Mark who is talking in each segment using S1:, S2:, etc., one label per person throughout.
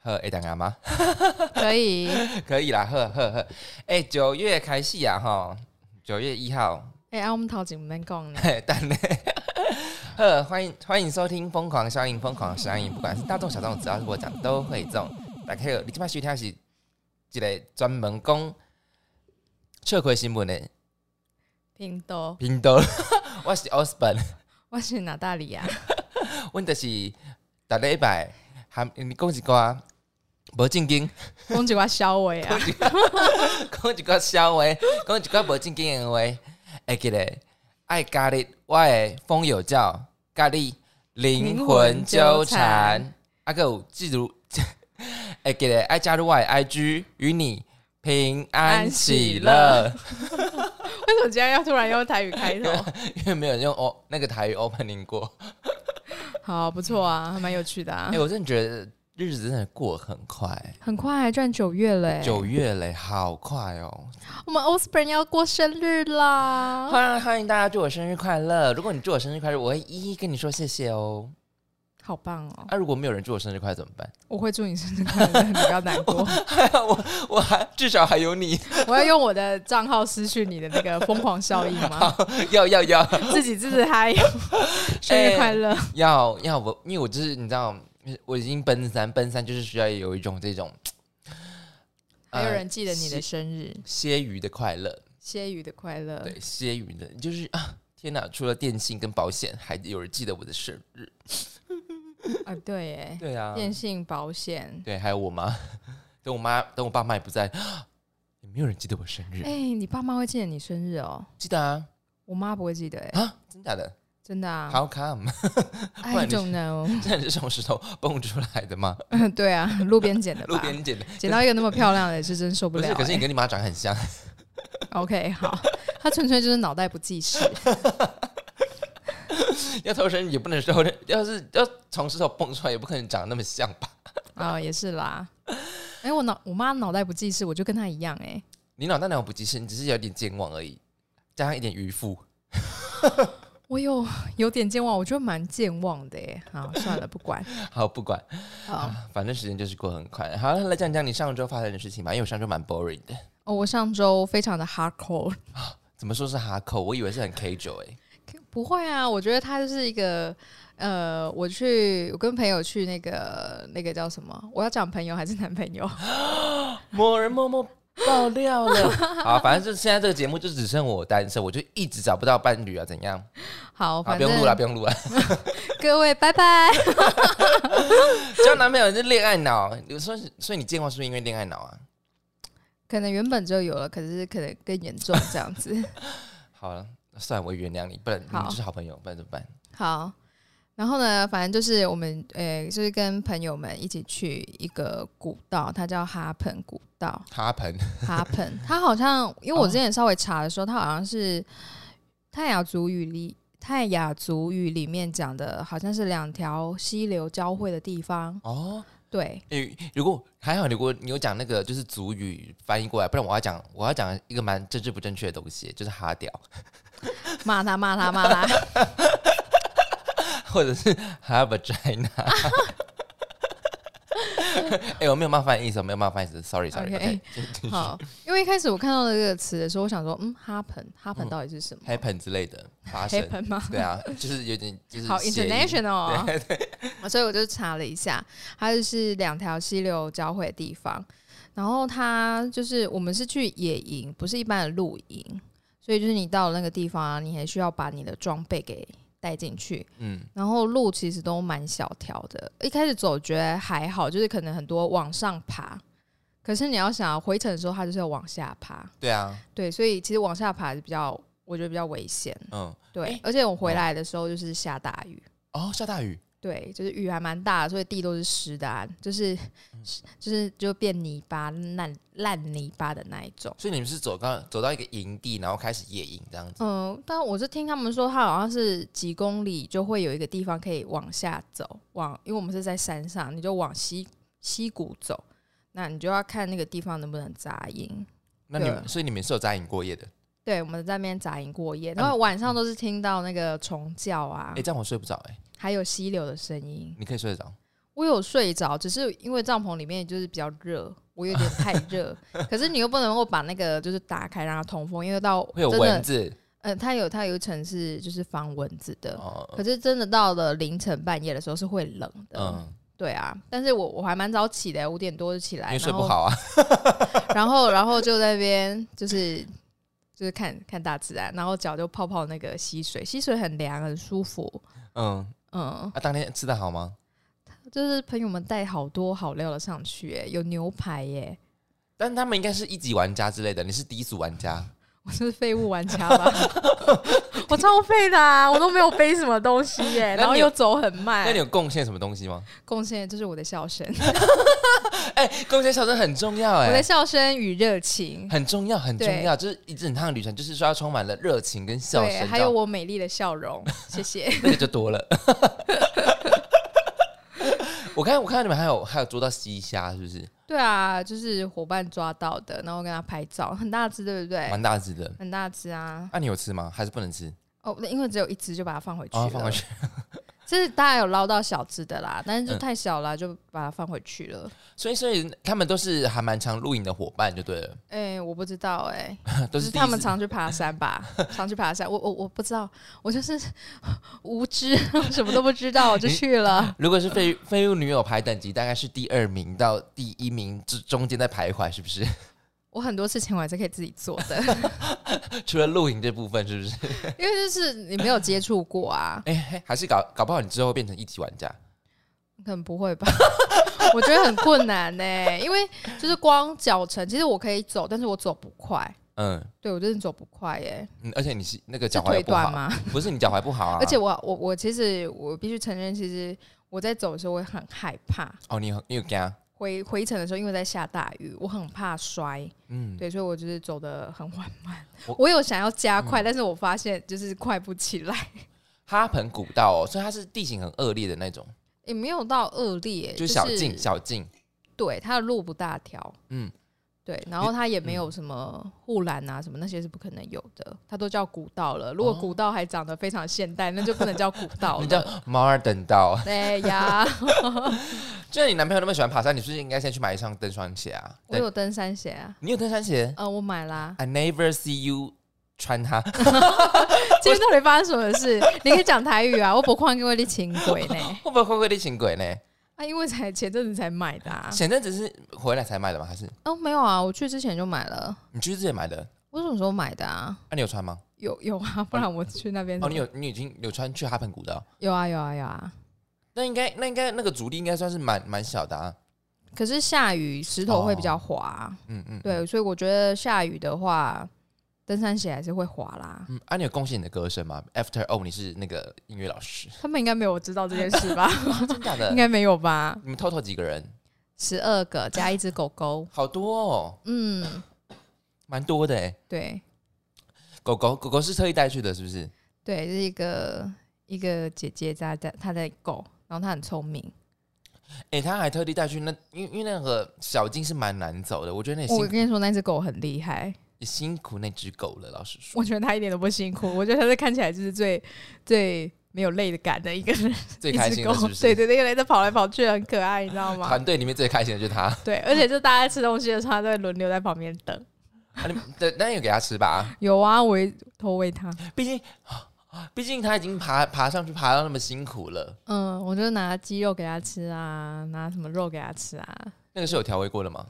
S1: 喝哎，等下吗？
S2: 可以，
S1: 可以啦，喝喝喝。哎、九月开戏啊，吼，九月一号，
S2: 哎、啊，我们头前唔能讲呢，
S1: 嘿，但 呢，呵，欢迎欢迎收听《疯狂效应》，疯狂效应，不管是大众小众，只要是我讲都会中。大家好，你今摆收听的是一个专门讲社会新闻的
S2: 拼多，
S1: 频道， 我是 Osborn，
S2: 我是哪大理啊？
S1: 我就是逐礼拜含你讲一寡无正经。
S2: 讲一我小伟 啊，
S1: 讲一个笑话，讲一个无正经的话，会记得爱咖喱，我的风友叫咖喱灵魂纠缠，啊个有记住， 会记得爱加入我的 IG，与你平安喜乐，
S2: 为什么今天要突然用台语开 头？
S1: 因为没有人用哦那个台语 opening 过，
S2: 好，不错啊，还蛮有趣的啊
S1: 哎、。我真的觉得日子真的过得很快。
S2: 很快啊赚九月嘞、
S1: 九月嘞，好快哦！
S2: 我们 Osborne 要过生日啦！
S1: 欢迎欢迎大家祝我生日快乐！如果你祝我生日快乐，我会一一跟你说谢谢哦。啊
S2: 好棒哦！
S1: 那、如果没有人祝我生日快乐怎么办？
S2: 我会祝你生日快乐，你不要 难过。
S1: 我我还至少还有你，
S2: 我要用我的账号失去你的那个疯狂效应吗？
S1: 要要要
S2: 自己自己嗨，生日快乐！
S1: 要要我，因为我就是你知道，我已经奔三，奔三就是需要有一种这种
S2: 还有
S1: 呃
S2: 人记得你的
S1: 是
S2: 生日，
S1: 些余的快乐，
S2: 歇雨的快乐。
S1: 对，些余的，就是啊，天哪！除了电信跟保险，还有人记得我的生日，
S2: 啊，对耶，
S1: 对啊，
S2: 电信保险。
S1: 对，还有我妈， 等我妈等我爸妈也不在，也没有人记得我生日
S2: 哎、，你爸妈会记得你生日哦？
S1: 记得啊
S2: 我妈不会记得哎、
S1: 啊，真假的
S2: 真的啊。哎
S1: ？How come？不
S2: ，I
S1: 然你
S2: don't know。
S1: 真的是从石头蹦出来的吗？
S2: 对啊，路边捡 的
S1: 路
S2: 吧？
S1: 边捡的，
S2: 捡到一个那么漂亮的，是真受
S1: 不
S2: 不了、
S1: 是？可是
S2: 哎
S1: 你跟你妈长得很像。
S2: OK，好， 他纯粹就是脑袋不记事。
S1: 要偷生也不能偷生，要是要从石头蹦出来，也不可能长得那么像吧？
S2: 啊、也是啦。哎、我脑我妈脑袋不记事，我就跟她一样哎、
S1: 你脑袋哪有不记事？你只是有点健忘而已，加上一点渔夫。
S2: 我有 有点健忘，我觉得蛮健忘的哎、好，算了，不管。
S1: 好，不管，
S2: 好，
S1: 反正时间就是过很快。好，来讲讲你上周发生的事情吧，因为我上周蛮 boring 的。
S2: 哦，我上周非常的 hardcore。
S1: 怎么说是哈扣？我以为是很 K 九哎、
S2: 不会啊，我觉得它就是一个呃，我去我跟朋友去那个那个叫什么？我要讲朋友还是男朋友？
S1: 某人默默爆料了。 好，反正就是现在这个节目就只剩我单身，我就一直找不到伴侣啊，怎样？
S2: 好，
S1: 好，
S2: 反
S1: 不
S2: 正
S1: 用录了，不用录 了。
S2: 各位拜拜。
S1: 交男朋友是恋爱脑，你说是，所以你健忘是不是因为恋爱脑啊？
S2: 可能原本就有了，可是可能更严重这样子。
S1: 好了，算了，我原谅你，不然你们
S2: 好
S1: 就是好朋友，不然怎么办？
S2: 好，然后呢，反正就是我们呃，就是跟朋友们一起去一个古道，它叫哈盆古道。
S1: 哈盆，
S2: 哈 盆，它好像因为
S1: 哦
S2: 我之前稍微查的时候，它好像是泰雅族语里泰雅族语里面讲的，好像是两条溪流交汇的地方。
S1: 哦，
S2: 对，
S1: 诶、如果还好，如果你有讲那个就是族语翻译过来，不然我要讲我要讲一个蛮政治不正确的东西，就是哈屌，
S2: 骂他骂他骂他，
S1: 或者是哈 vagina。哎、我没有冒犯意思，我没有冒犯意思，sorry sorry。
S2: OK 哎好，因为一开始我看到这个词的时候，我想说，嗯，哈盆，哈盆到底是什么？
S1: happen 之类的发
S2: 黑
S1: 生，
S2: 盆吗？
S1: 对 啊，就是有点就是
S2: 好
S1: 谐音
S2: international，对所以我就查了一下，它就是两条溪流交汇的地方。然后它就是我们是去野营，不是一般的露营，所以就是你到了那个地方啊，你还需要把你的装备给带进去。
S1: 嗯，
S2: 然后路其实都蛮小条的，一开始走觉得还好，就是可能很多往上爬，可是你要想啊回程的时候，它就是要往下爬，
S1: 对啊，
S2: 对，所以其实往下爬是比较，我觉得比较危险，
S1: 嗯，
S2: 对。
S1: 诶
S2: 而且我回来的时候就是下大雨，
S1: 哦，下大雨，
S2: 对，就是雨还蛮大的，所以地都是湿的、啊，就是就是就变泥巴烂烂泥巴的那一种。
S1: 所以你们是走到走到一个营地，然后开始野营这样子，
S2: 嗯，但我是听他们说，它好像是几公里就会有一个地方可以往下走，往因为我们是在山上，你就往溪溪谷走，那你就要看那个地方能不能扎营。
S1: 那你们
S2: 对
S1: 所以你们是有扎营过夜的，
S2: 对，我们在那边扎营过夜，
S1: 那
S2: 然后晚上都是听到那个虫叫啊
S1: 哎、，这样我睡不着哎、
S2: 还有溪流的声音。
S1: 你可以睡得着。
S2: 我我有睡着，只是因为帐篷里面就是比较热，我有点 太热。可是你又不能够把那个就是打开让它通风，因为到
S1: 会有
S2: 真的
S1: 蚊子
S2: 呃，它有它有一层是就是防蚊子的，
S1: 哦，
S2: 可是真的到了凌晨半夜的时候是会冷的。
S1: 嗯，
S2: 对啊，但是我我还蛮早起的，五点多就起
S1: 因
S2: 来，
S1: 为睡
S2: 然
S1: 不
S2: 后
S1: 好啊，
S2: 然后然后就在那边就是就是看看大自然，然后脚就泡泡那个溪水，溪水很凉很舒服。
S1: 嗯，
S2: 嗯，
S1: 啊，当天吃的好吗？
S2: 就是朋友们带好多好料的上去、欸，有牛排耶、
S1: 但他们应该是一级玩家之类的，你是低俗玩家，
S2: 我就是废物玩家吧， 我超废的、啊，我都没有背什么东西耶、
S1: 那
S2: 然后
S1: 你有
S2: 又走很
S1: 那
S2: 慢
S1: 你，有贡献什么东西吗？
S2: 贡献就是我的笑声，
S1: 哎，贡献小声很重要，
S2: 我的
S1: 哎，
S2: 笑声与热情，
S1: 很重要，很重要，就是一整趟旅程，就是说要充满了热情跟笑
S2: 对，
S1: 声，
S2: 还有我美丽的笑容，谢谢。
S1: 那个就多了。 我看，我看到你们还有还有捉到西虾，是不是？
S2: 对啊，就是伙伴抓到的，然后跟他拍照，很大只，对不对？
S1: 蛮大只的。
S2: 很大只啊！
S1: 那、你有吃吗？还是不能吃？
S2: 哦，因为只有一只，就把它放回去了。
S1: 啊，放回去。
S2: 就是大家有捞到小只的啦，但是就
S1: 嗯
S2: 太小了，就把它放回去了。
S1: 所以，所以他们都是还蛮常露营的伙伴，就对了，
S2: 哎、我不知道哎、
S1: 都
S2: 就是
S1: 第一
S2: 他们
S1: 次
S2: 常去爬 山吧，常去爬山。我我我不知道，我就是 无知，什么都不知道，我就去了。
S1: 如果是废废物女友排等级，大概是第二名到第一名之中间在徘徊，是不是？
S2: 我很多事情我还是可以自己做的，
S1: 除了露营这部分，是不是？
S2: 因为就是你没有接触过啊，
S1: 哎、嘿还是搞搞不好你之后变成一级玩家，
S2: 可能不会吧？ 我觉得很困难呢、因为就是光脚程，其实我可以走，但是我走不快。
S1: 嗯
S2: 对我真的走不快耶、
S1: 嗯，而且你是那个
S2: 是
S1: 脚踝
S2: 腿
S1: 又不
S2: 断
S1: 好，
S2: 吗？
S1: 不是你脚踝不好啊，
S2: 而且我我我其实我必须承认，其实我在走的时候我很害怕，
S1: 哦，你有你有干，
S2: 回回程的时候因为在下大雨，我很怕摔，
S1: 嗯，
S2: 对，所以我就是走的很缓慢。
S1: 我嗯
S2: 我有想要加快，但是我发现就是快不起来，
S1: 哈盆古道哦，所以它是地形很恶劣的那种，
S2: 也没有到恶劣，
S1: 就是是小径、小径，
S2: 对，它的路不大条，
S1: 嗯，
S2: 对，然后它也没有什么护栏啊，什么那些是不可能有的，它都叫古道了。如果
S1: 哦
S2: 古道还长得非常现代，那就不能叫古道
S1: 你叫
S2: 了。
S1: 猫儿等道。
S2: 对呀，
S1: 就像你男朋友那么喜欢爬山，你是不是应该先去买一双登山鞋啊？
S2: 我
S1: 对，
S2: 有登山鞋啊，
S1: 你有登山鞋
S2: 呃，我买 啦。
S1: ？I never see you 穿它。
S2: 今天到底发生什么事？你可以讲台语啊，我不看因为你请鬼呢。
S1: 会不会会不会地形鬼呢？
S2: 啊，因为才前阵子才买的啊。
S1: 前阵子是回来才买的吗？还是
S2: 哦，没有啊，我去之前就买了。
S1: 你去之前买的？
S2: 我什么时候买的啊？
S1: 那、你有穿吗？
S2: 有有啊，不然我去那边怎
S1: 哦，
S2: 么。
S1: 你有，你已经有穿去哈盆古道。
S2: 有啊有啊有啊。
S1: 那应该，那应该那个阻力应该算是蛮蛮小的啊。
S2: 可是下雨石头会比较滑啊，
S1: 嗯嗯，
S2: 对，所以我觉得下雨的话，登山鞋还是会滑啦。
S1: 嗯，啊，你有贡献你的歌声吗？After all，你是那个音乐老 师，啊
S2: 他们应该没有知道这件事 吧？
S1: 真假的
S2: 应？该没有吧？
S1: 你们偷偷几个人？
S2: 十二个加一只狗狗，
S1: 好多哦，
S2: 嗯，
S1: 蛮多的哎。
S2: 对
S1: 狗狗狗狗是特意带去的，是不是？
S2: 对，是一个一个姐姐家的她的狗，然后她很聪明。
S1: 哎、他还特地带去那，因为因为那个小径是蛮难走的，我觉得那也哎
S2: 我
S1: 辛
S2: 跟你说，那只狗很厉害，
S1: 也辛苦那只狗了。老实说，
S2: 我觉得它一点都不辛苦，我觉得它是看起来就是最最没有累的感的一个人，
S1: 最开心的
S2: 一只
S1: 是
S2: 狗
S1: 不是？
S2: 对对对，因为它跑来跑去很可爱，你知道吗？
S1: 团队里面最开心的就是他。
S2: 对，而且就大家在吃东西的时候，它都会轮流在旁边等。
S1: 啊、你们对，那有给他吃吧？
S2: 有啊，我也偷喂它，
S1: 毕竟， 毕竟他已经爬爬上去，爬到那么辛苦了。
S2: 嗯，我就拿鸡肉给它吃啊，拿什么肉给它吃啊，
S1: 那个是有调味过的吗？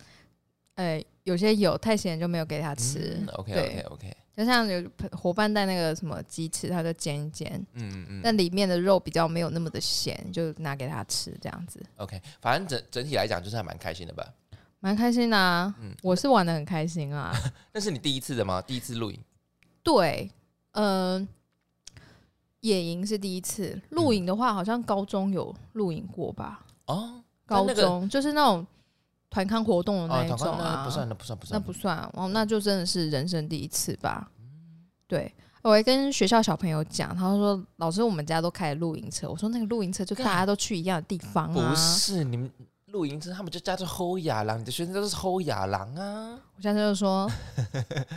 S2: 哎、有些有太咸就没有给它吃，
S1: OK
S2: 对
S1: OK OK，
S2: 就像有伙伴带那个什么鸡翅，它就煎一煎，
S1: 嗯嗯嗯
S2: 但里面的肉比较没有那么的咸，就拿给它吃这样子。
S1: ，OK，反正整整体来讲就是还蛮开心的吧。
S2: 蛮开心的、啊，
S1: 嗯
S2: 我是玩的很开心啊。
S1: 那是你第一次的吗？第一次露营？
S2: 对，嗯、野营是第一次，
S1: 嗯
S2: 露营的话好像高中有露营过吧？
S1: 哦，
S2: 高
S1: 那那个
S2: 中就是那种团康活动的那
S1: 哦，
S2: 一
S1: 团
S2: 种
S1: 康
S2: 啊，
S1: 那不算，那不算，不
S2: 那
S1: 算，
S2: 不算哦，那就真的是人生第一次吧。
S1: 嗯
S2: 对，我还跟学校小朋友讲，他说老师，我们家都开露营车，我说那个露营车就大家都去一样的地方啊
S1: 不。是你们露营车，他们就叫做齁雅狼，你的学生都是齁雅狼啊，
S2: 我现在 就说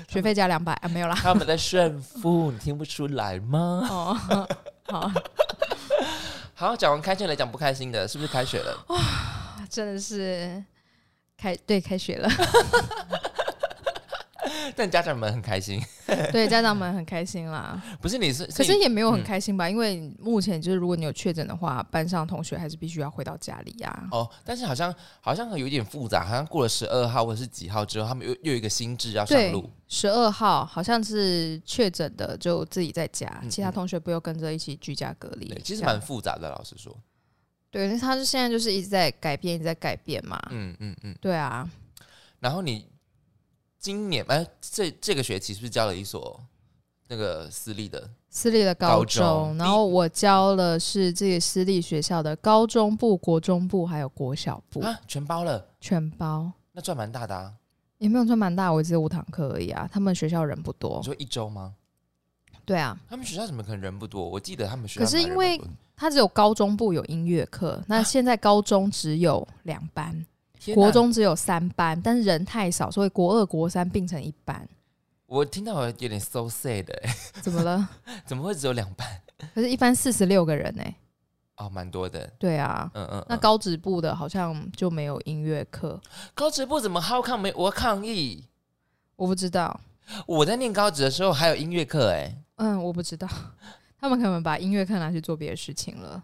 S2: 学费加两百啊，没有啦。哦
S1: 他 们在炫富，你听不出来吗？
S2: 哦，好，
S1: 好，讲完开学来讲不开心的，是不是开学了？
S2: 啊真的是开对开学了，
S1: 但家长们很开心，
S2: 对家长们很开心啦。
S1: 不是你是？
S2: 可是
S1: 你
S2: 也没有很
S1: 嗯
S2: 开心吧，因为目前就是如果你有确诊的话，班上同学还是必须要回到家里呀、
S1: 哦，但是好像好像有点复杂，好像过了十二号或者是几号之后，他们又又有一个新制要上
S2: 对
S1: 路。，
S2: 十二号好像是确诊的，就自己在家，
S1: 嗯
S2: 其他同学不用跟着一起居家隔离
S1: 对，。其实
S2: 这样
S1: 蛮复杂的，老实说。
S2: 对，那他就现在就是一直在改变，一直在改变嘛。
S1: 嗯嗯嗯。
S2: 对啊，
S1: 然后你今年哎、这这个学期是不是交了一所那个私立的？
S2: 私立的高
S1: 高中
S2: 然后我教了是这个私立学校的高中部、国中部还有国小部、
S1: 啊，全包了，
S2: 全包，
S1: 那赚蛮大的啊！
S2: 也没有算蛮大，我只有五堂课而已啊。他们学校人不多
S1: 你，说一周吗？
S2: 对啊，
S1: 他们学校怎么可能人不多？我记得他们学校
S2: 可是
S1: 蛮
S2: 因
S1: 人
S2: 为
S1: 不多的
S2: 他只有高中部有音乐课，那现在高中只有两班，
S1: 啊天
S2: 国
S1: 哪
S2: 中只有三班，但是人太少，所以国二、国三并成一班。
S1: 我听到我有点 so sad 哎、
S2: 怎么了？
S1: 怎么会只有两班？
S2: 可是，一班四十六个人呢、欸
S1: 哦，蛮多的。
S2: 对啊，
S1: 嗯嗯，
S2: 那
S1: 嗯
S2: 高职部的好像就没有音乐课，
S1: 高职部怎么好抗没我抗议？
S2: 我不知道。
S1: 我在念高职的时候还有音乐课哎、
S2: 嗯，我不知道， 他们可能把音乐课拿去做别的事情了，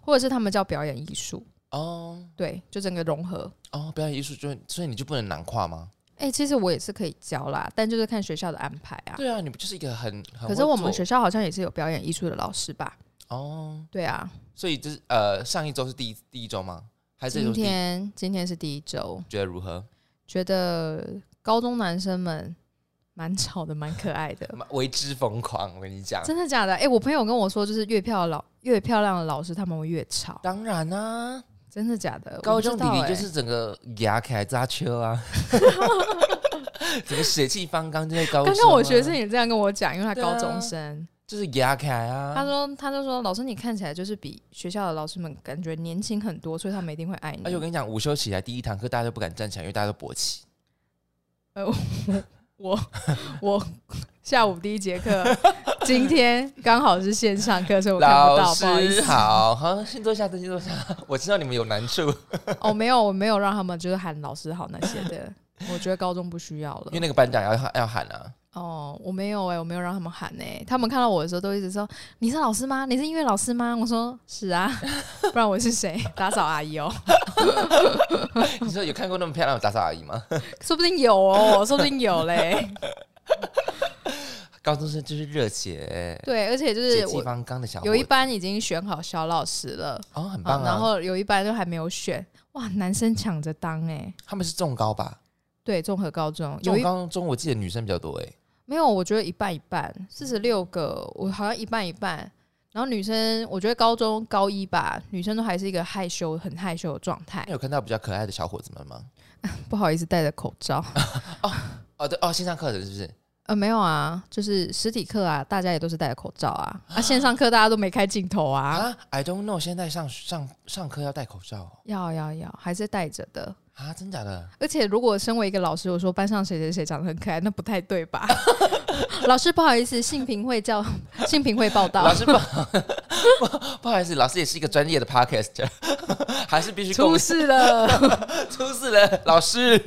S2: 或者是他们叫表演艺术，
S1: 哦
S2: 对，就整个融合。
S1: 哦，表演艺术就所以你就不能囊括吗？
S2: 哎、其实我也是可以教啦，但就是看学校的安排啊。
S1: 对啊，你不就是一个很很
S2: 可是
S1: 会做
S2: 我们学校好像也是有表演艺术的老师吧？
S1: 哦，
S2: 对啊，
S1: 所以就是呃，上一周是第一第一周吗？还是这
S2: 今
S1: 周是第一
S2: 天今天是第一周，
S1: 觉得如何？
S2: 觉得高中男生们蛮吵的，蛮可 爱的。
S1: 为之疯狂，我跟你讲，
S2: 真的假的？哎、我朋友跟我说，就是越漂亮越漂亮的老师，他们会越吵。
S1: 当然啊，
S2: 真的假的？
S1: 高中弟
S2: 理
S1: 弟就是整个牙起来扎秋啊，
S2: 哎
S1: 整个血气方刚，这些高中、啊
S2: 刚刚我学生。也这样跟我讲，因为他
S1: 对啊
S2: 高中生，
S1: 就是牙起来
S2: 他
S1: 啊，
S2: 说他就说老师你看起来就是比学校的老师们感觉年轻很多，所以他们一定会爱你。
S1: 哎而且我跟你讲，午休起来第一堂课大家都不敢站起来，因为大家都勃起。
S2: 我我下午第一节课，今天刚好是线上课，所以我看不
S1: 老
S2: 到，不好意
S1: 师
S2: 思。
S1: 好，好，先坐下，先坐下。 我知道你们有难 处，
S2: 哦，没有，我没有让他们就是喊老师好那些的，我觉得高中不需要了
S1: 因为。那个班长要要喊啊。
S2: 哦，我没有哎、我没有让他们喊哎、他们看到我的时候都一直说：“你是老师吗？你是音乐老师吗？”我说：“是啊， 不然我是谁？打扫阿姨哦，
S1: 你说有看过那么漂亮的打扫阿姨吗？
S2: 说不定有哦，说不定有嘞。
S1: 高中生就是热血”，
S2: 对，而且就
S1: 血
S2: 是
S1: 气
S2: 我
S1: 方刚的小伙
S2: 有一班已经选好小老师了，
S1: 哦，很
S2: 啊
S1: 棒啊。
S2: 然后有一班都还没有选，哇，男生抢着当哎、
S1: 他们是重高吧？
S2: 对，综合高中有
S1: 重
S2: 一
S1: 高中我记得女生比较多哎、
S2: 没有，我觉得一半一半，四十六个，我好像一半一半。然后女生，我觉得高中高一吧，女生都还是一个害羞、很害羞的状态
S1: 你。有看到比较可爱的小伙子们吗？
S2: 不好意思，戴着口罩。
S1: 哦，对哦，线上课程是不是？
S2: 呃，没有啊，就是实体课啊，大家也都是戴着口罩啊。啊，线上课大家都没开镜头啊。
S1: 啊，I don't know，现在上上上课要戴口罩哦
S2: 要要要，还是戴着的。
S1: 啊？真假的？
S2: 而且如果身为一个老师，我说班上谁谁谁长得很可爱，那不太对 吧？老师不好意思，性平会叫性平会报
S1: 老
S2: 道。
S1: 师不 不不好意思，老师也是一个专业的 podcast，还 是必须
S2: 出
S1: 共
S2: 事了！
S1: 出事了，老师。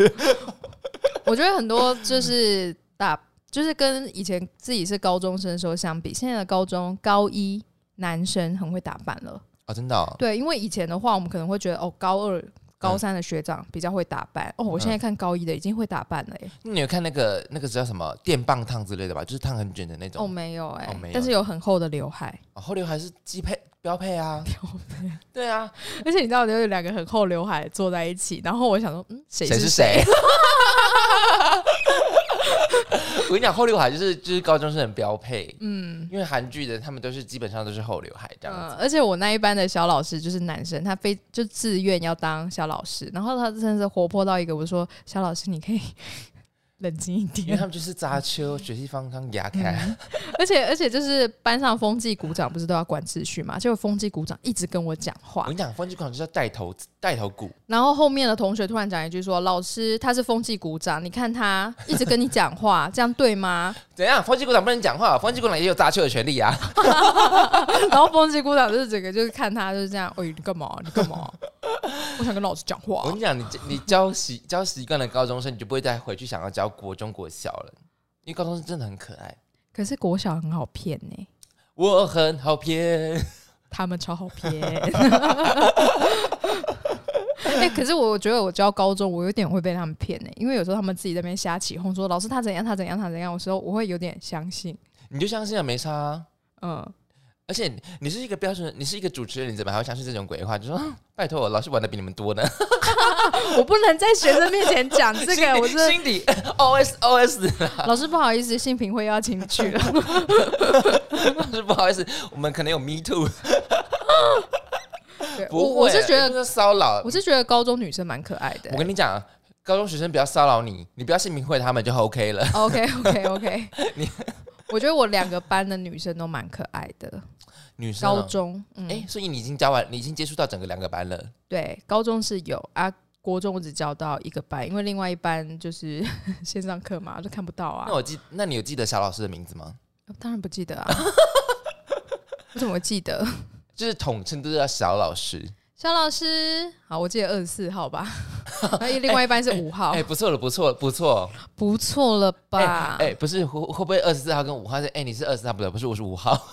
S2: 我觉得很多就是大，就是跟以前自己是高中生的时候相比，现在的高中高一男生很会打扮了。
S1: 哦，嗯真的、哦，
S2: 对，因为以前的话，我们可能会觉得哦，高二、高三的学长比较会打扮。哦，我现在看高一的已经会打扮了耶。
S1: 那你有看那个那个叫什么电棒烫之类的吧？就是烫很卷的那
S2: 哦，
S1: 种。
S2: 没有哎、
S1: 哦没有
S2: 但是有很厚的刘海，
S1: 哦，后流还是基配标配啊。标配。对啊，
S2: 而且你知道，有两个很厚刘海坐在一起，然后我想说，嗯，谁
S1: 谁
S2: 是
S1: 是？谁？ 我跟你讲，后刘海就是就是高中生的标配，
S2: 嗯。
S1: 因为韩剧的他们都是基本上都是后刘海这样
S2: 嗯
S1: 子。，
S2: 而且我那一班的小老师就是男生，他非就自愿要当小老师，然后他真的是活泼到一个，我说小老师你可以 冷静一
S1: 因为
S2: 点
S1: 他。们就是扎秋，血气方刚，牙开。
S2: 嗯而且而且就是班上风纪股长不是都要管秩序嘛？结果风纪股长一直跟我讲
S1: 我
S2: 话
S1: 跟，你讲，风纪股长就是要带头带头鼓，
S2: 然后后面的同学突然讲一句说：“老师，他是风纪股长，你看他一直跟你讲话，这样对吗
S1: 怎样？风纪股长不能讲话，风纪股长也有扎秋的权利啊。？”
S2: 然后风纪股长就是整个就是看他就是这样，哎、你干嘛？你干嘛？ 我想跟老师讲
S1: 我
S2: 话
S1: 跟。你讲，你你教习教习惯了高中生，你就不会再回去想要教国中国小了，因为高中生真的很可爱，
S2: 可是国小很好骗欸呢、
S1: 我很好骗。
S2: 他们超好 骗。哎、可是我觉得我教高中，我有点会被他们骗呢、欸因为有时候他们自己在那边瞎起哄说老师他怎样他怎样他怎样，有时候我会有点相信。
S1: 你就相信了，没差、啊。
S2: 嗯，
S1: 而且你你是一个标准，你是一个主持人，你怎么还会相信这种鬼话？就说哼拜托我，老师玩的比你们多呢。
S2: 我不能在学生面前讲这
S1: 心
S2: 个，
S1: 里
S2: 我真的
S1: 心里 OS OS，
S2: 老师不好意思，性平会邀请你去了。
S1: 老师不好意思，我们可能有 Me Too，
S2: 对
S1: 不
S2: 我
S1: 会，
S2: 我是觉得
S1: 这是骚扰。
S2: 我是觉得高中女生蛮可爱的
S1: 我。跟你讲，高中学生不要骚扰你，你不要姓名会他们就 OK 了。
S2: OK OK OK，我觉得我两个班的女生都蛮可爱的。
S1: 女生、
S2: 高
S1: 哦，
S2: 中，嗯，
S1: 哎、所以你已经教完，你已经接触到整个两个班了。
S2: 对，高中是有啊。国中我只教到一个班，因为另外一班就是 线上课嘛，就看不到啊
S1: 那。我记，那你有记得小老师的名字吗？
S2: 我当然不记得啊， 我怎么会记得？
S1: 就是统称都叫小老师。
S2: 肖老师，好，我记得二十四 号吧，然后另外一班是五号
S1: 哎、，不错了，不错了，不错。
S2: 不错了
S1: 哎、
S2: 吧？
S1: 哎不是，会会不会二十四号跟五号是？哎、你是二十号，不对，不是，我是五号。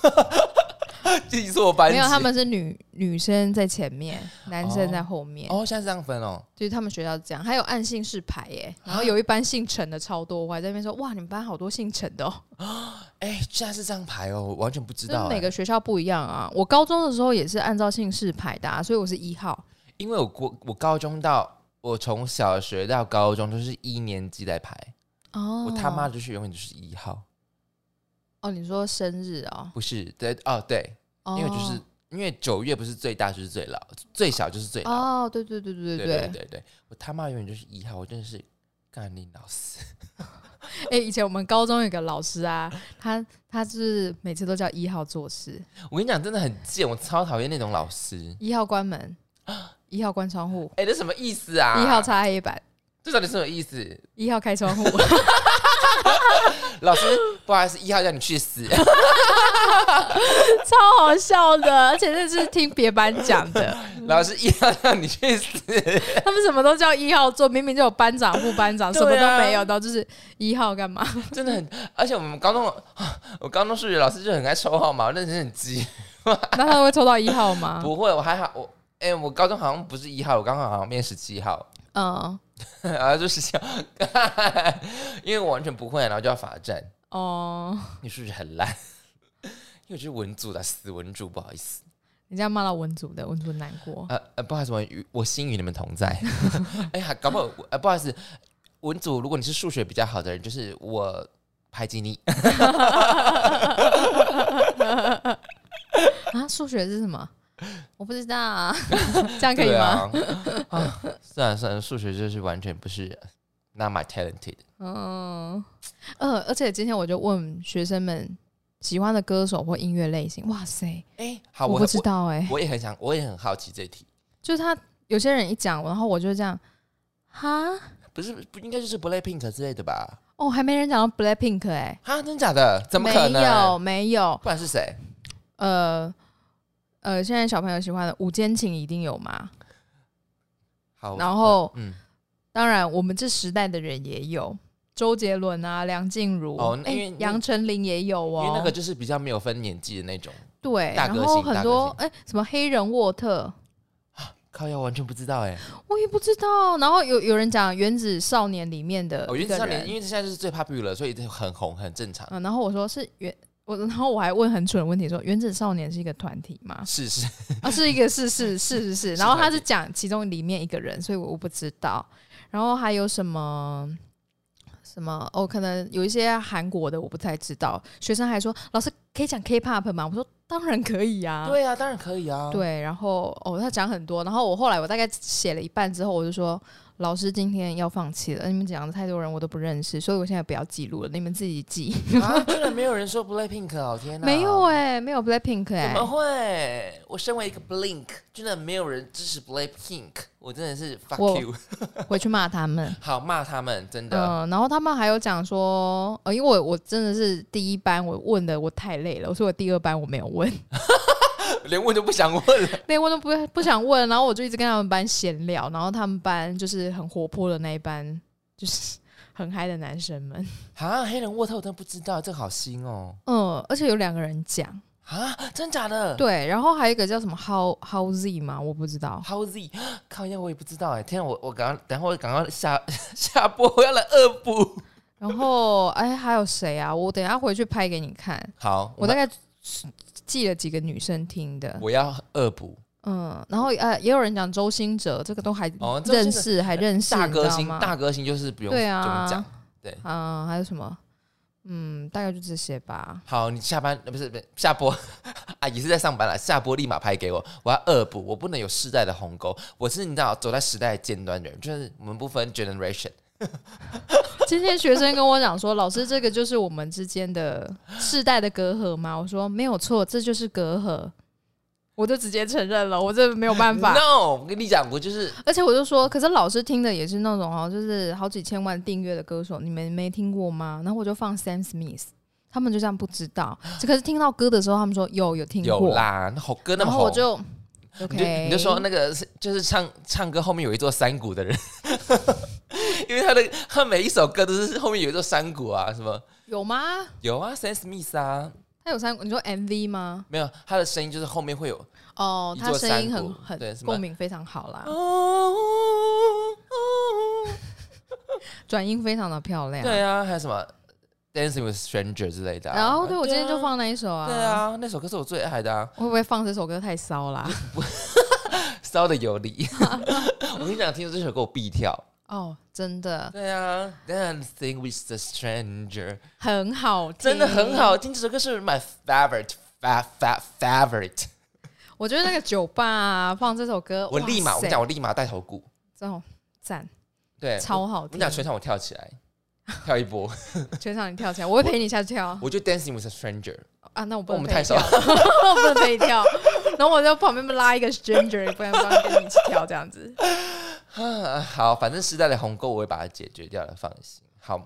S1: 记错班级
S2: 没有，他们是女女生在前面，男生在后面，
S1: 哦，现在是这样分哦。
S2: 就是他们学校是这样。还有按姓氏排耶，
S1: 啊
S2: 然后有一班姓陈的超多，我还在那边说哇，你们班好多姓陈的哦，
S1: 哎、现在是这样排哦，我完全不知
S2: 就
S1: 道、
S2: 是
S1: 哎
S2: 每个学校不一样啊。我高中的时候也是按照姓氏排的、啊，所以我是一号。
S1: 哎因为我国我高中到我从小学到高中都是一年级来排，
S2: 哦
S1: 我他妈就是永远就是一号，
S2: 哦，你说生日哦，
S1: 不是对哦对，
S2: 哦
S1: 因为就是、因为九月不是最大就是最老，最小就是最老，
S2: 哦，对对对对
S1: 对对
S2: 对对，
S1: 对对，我他妈永远就是一号，我真的是干你老师，
S2: 哎、以前我们高中有个老师啊，他他是每次都叫一号做事，
S1: 我跟你讲真的很贱，我超讨厌那种老师，
S2: 一号关门，一号关窗户，
S1: 哎、这什么意思啊？
S2: 一号擦黑板，
S1: 这到底是什么意思？
S2: 一号开窗户。
S1: 老师 不好意思，一号叫你去死，
S2: 超好笑的，而且那是听别班讲的，
S1: 老师一号叫你去死，
S2: 他们什么都叫一号做，明明就有班长、副班长，什么
S1: 对啊
S2: 都没有，然后就是一号干嘛？
S1: 真的很，而且我们高中， 我高中数学老师就很爱抽号码，我认真很急。
S2: 那他会抽到一号吗？
S1: 不会，我还好，我哎、我高中好像不是一号，我刚好好像变十七号，
S2: 嗯，
S1: 然后就十七号， 因为我完全不会，然后就要罚站。
S2: 哦，
S1: 你数学很烂， 因为我是文组的，死文组，不好意思。
S2: 你这样骂到文组的，文组难过。
S1: 呃呃，不好意思，我与我心与你们同在。 哎呀，搞不好，呃，不好意思，文组，如果你是数学比较好的人，就是我排挤 你。
S2: 啊，数学是什么？我不知道、 啊，这样可以
S1: 对
S2: 吗？
S1: 啊， 啊算了算了，数学就是完全不是 not my talented。
S2: 嗯，呃，而且今天我就问学生们喜欢的歌手或音乐类型，哇塞，
S1: 哎、好，
S2: 我
S1: 我
S2: 不知道哎、
S1: 我，我也很想，我也很好奇这一题。
S2: 就是他有些人一讲，然后我就这样，哈，
S1: 不是不应该就是 Blackpink 之类的吧？
S2: 哦，还没人讲到 Blackpink 哎、
S1: 啊，真假的？怎么可能？
S2: 没有，没有。
S1: 不然是谁？
S2: 呃呃，现在小朋友喜欢的《午间情》一定有嘛？
S1: 好，
S2: 然后
S1: 嗯，
S2: 当然，我们这时代的人也有周杰伦啊、梁静茹，
S1: 哦那
S2: 诶
S1: 因为那
S2: 杨丞琳也有
S1: 因为
S2: 哦。
S1: 那个就是比较没有分年纪的那种，
S2: 对，
S1: 大歌
S2: 然
S1: 星
S2: 后很多
S1: 大歌
S2: 哎、什么黑人沃特，
S1: 靠腰完全不知道哎、
S2: 我也不知道。然后有有人讲《原子少年》里面的
S1: 我
S2: 呃一
S1: 觉
S2: 个
S1: 哦得少
S2: 人，
S1: 年，因为现在就是最 popular，所以很红很正常。
S2: 嗯，然后我说是原。我然后我还问很蠢的问题说，原子少年是一个团体吗？
S1: 是是，
S2: 啊，是一个是是是是是，
S1: 是
S2: 然后他
S1: 团
S2: 是
S1: 体
S2: 讲其中里面一个人，所以我我不知道。然后还有什么什么哦，可能有一些韩国的我不太知道。学生还说老师可以讲 K-pop 吗？我说当然可以呀、
S1: 对啊，当然可以啊。
S2: 对，然后哦，他讲很多，然后我后来我大概写了一半之后，我就说老师今天要放弃了，你们讲的太多人我都不认识，所以我现在不要记录了，你们自己记。
S1: 啊，居然没有人说 Blackpink 哦，天哪！
S2: 没 有哎、没有 Blackpink 哎、
S1: 怎么会？我身为一个 Blink，居然没有人支持 Blackpink，我真的是 fuck
S2: 我
S1: you！
S2: 回去骂他们。
S1: 好骂他们，真的。
S2: 嗯，然后他们还有讲说，呃，因为我我真的是第一班我问的我太累了，所以我第二班我没有问，
S1: 连问都不想问了。
S2: 连问都不不想问，然后我就一直跟他们班闲聊，然后他们班就是很活泼的那一班，就是很嗨的男生们，
S1: 啊，黑人沃特我真的不知道，这个好新哦。
S2: 嗯，而且有两个人讲，
S1: 啊，真假的？
S2: 对，然后还有一个叫什么 How How Z 嘛，我不知道，
S1: How Z，靠呀，我也不知道哎。天啊，我我赶快，等一下我赶快下 下播，我要来恶补。
S2: 然后哎还有谁啊？我等一下回去拍给你看，
S1: 好，
S2: 我
S1: 们
S2: 大概记了几个女生听的，
S1: 我要恶补
S2: 嗯，然后呃，也有人讲周兴哲，这个都还
S1: 哦周
S2: 认
S1: 兴哲
S2: 识，还认识，
S1: 大
S2: 你
S1: 歌
S2: 知道
S1: 星，
S2: 吗
S1: 大歌星就是不用
S2: 对
S1: 怎么
S2: 啊
S1: 讲。
S2: 嗯，还有什么？嗯，大概就这些吧。
S1: 好，你下班呃不是不是下播 啊，也是在上班了。下播立马拍给我，我要恶补，我不能有世代的鸿沟。我是你知道走在时代的尖端的人，就是我们不分 generation。
S2: 今天学生跟我讲说，老师，这个就是我们之间的世代的隔阂吗？我说没有错，这就是隔阂，我就直接承认了，我这没有办法。
S1: No，我跟你讲，我就是
S2: 而且我就说，可是老师听的也是那种哦，就是好几千万订阅的歌手，你们没听过吗？然后我就放 Sam Smith，他们就这样不知道。可是听到歌的时候，他们说有有听
S1: 有
S2: 过，
S1: 啦，那好歌那
S2: 然
S1: 么
S2: 后我
S1: 红。
S2: 就
S1: 你就
S2: OK，
S1: 你就说那个是就是唱唱歌后面有一座山谷的人， 因为他的他每一首歌都是后面有一座山谷啊，什么
S2: 有吗？
S1: 有啊，Sam Smith 啊，
S2: 他有三，你说 MV 吗？
S1: 没有他的声音就是后面会有
S2: 哦，
S1: 一
S2: 他
S1: 座
S2: 声
S1: 山
S2: 音很
S1: 谷对
S2: 很
S1: 什么
S2: 共鸣非常好啦
S1: 哦，哦
S2: 转音非常的漂亮。
S1: 对啊，还有什么 Dancing with Stranger 之类的啊、
S2: 然后对我今天就
S1: 啊
S2: 放那一首啊，
S1: 对，啊，那首歌是我最爱的啊，
S2: 会不会放这首歌太骚 啦？
S1: 骚的有理。 我跟你讲，听到这首歌我必跳。
S2: 哦，真的
S1: 对啊，Dancing with the Stranger。
S2: 很好，
S1: 真的很。好听。这首歌是 my favorite fa fa favorite。
S2: 我觉得那个酒吧啊放这首歌，
S1: 我立马，我
S2: 哇
S1: 跟
S2: 塞
S1: 你讲，我立马戴头骨，
S2: 这种赞
S1: 对，
S2: 超
S1: 我。
S2: 好
S1: 我跟
S2: 听
S1: 你讲，，全场我跳起来，跳一 波。
S2: 全场你跳起来，我会陪你下去跳
S1: 我就 Dancing with a Stranger，
S2: 啊。那我不
S1: 我
S2: 能
S1: 们
S2: 陪
S1: 太
S2: 你
S1: 熟
S2: 跳， 我不能陪你跳。然后我在旁边拉一个 stranger，不然不然跟你一起跳这样子。
S1: 啊好，反正时代的鸿沟我会把它解决掉的，放心。好，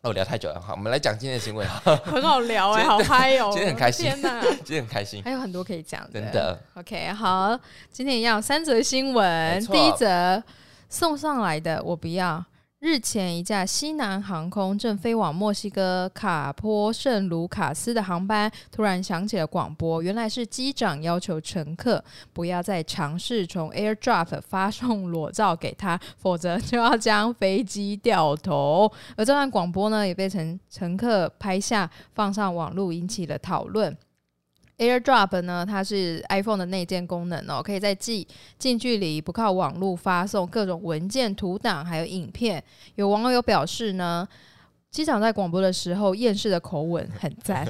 S1: 哦，聊太久了，好，我们来讲今天的新闻。
S2: 很好聊哎、好嗨哦、
S1: 今天很开心
S2: 天哪，
S1: 今天很 开心，
S2: 还有很多可以讲
S1: 真。 的。
S2: OK，好，今天一样三则新闻
S1: 没，错
S2: 第一则送上来的我不要。日前，一架西南航空正飞往墨西哥卡坡圣卢卡斯的航班突然响起了广播，原来是机长要求乘客不要再尝试从 AirDrop 发送裸照给他，否则就要将飞机掉头。而这段广播呢，也被乘乘客拍下放上网络，引起了讨论。AirDrop 呢，它是 iPhone 的内建功能哦，可以在近近距离不靠网络发送各种文件、图档还有影片。有网友表示呢，机长在广播的时候厌世的口吻很 赞，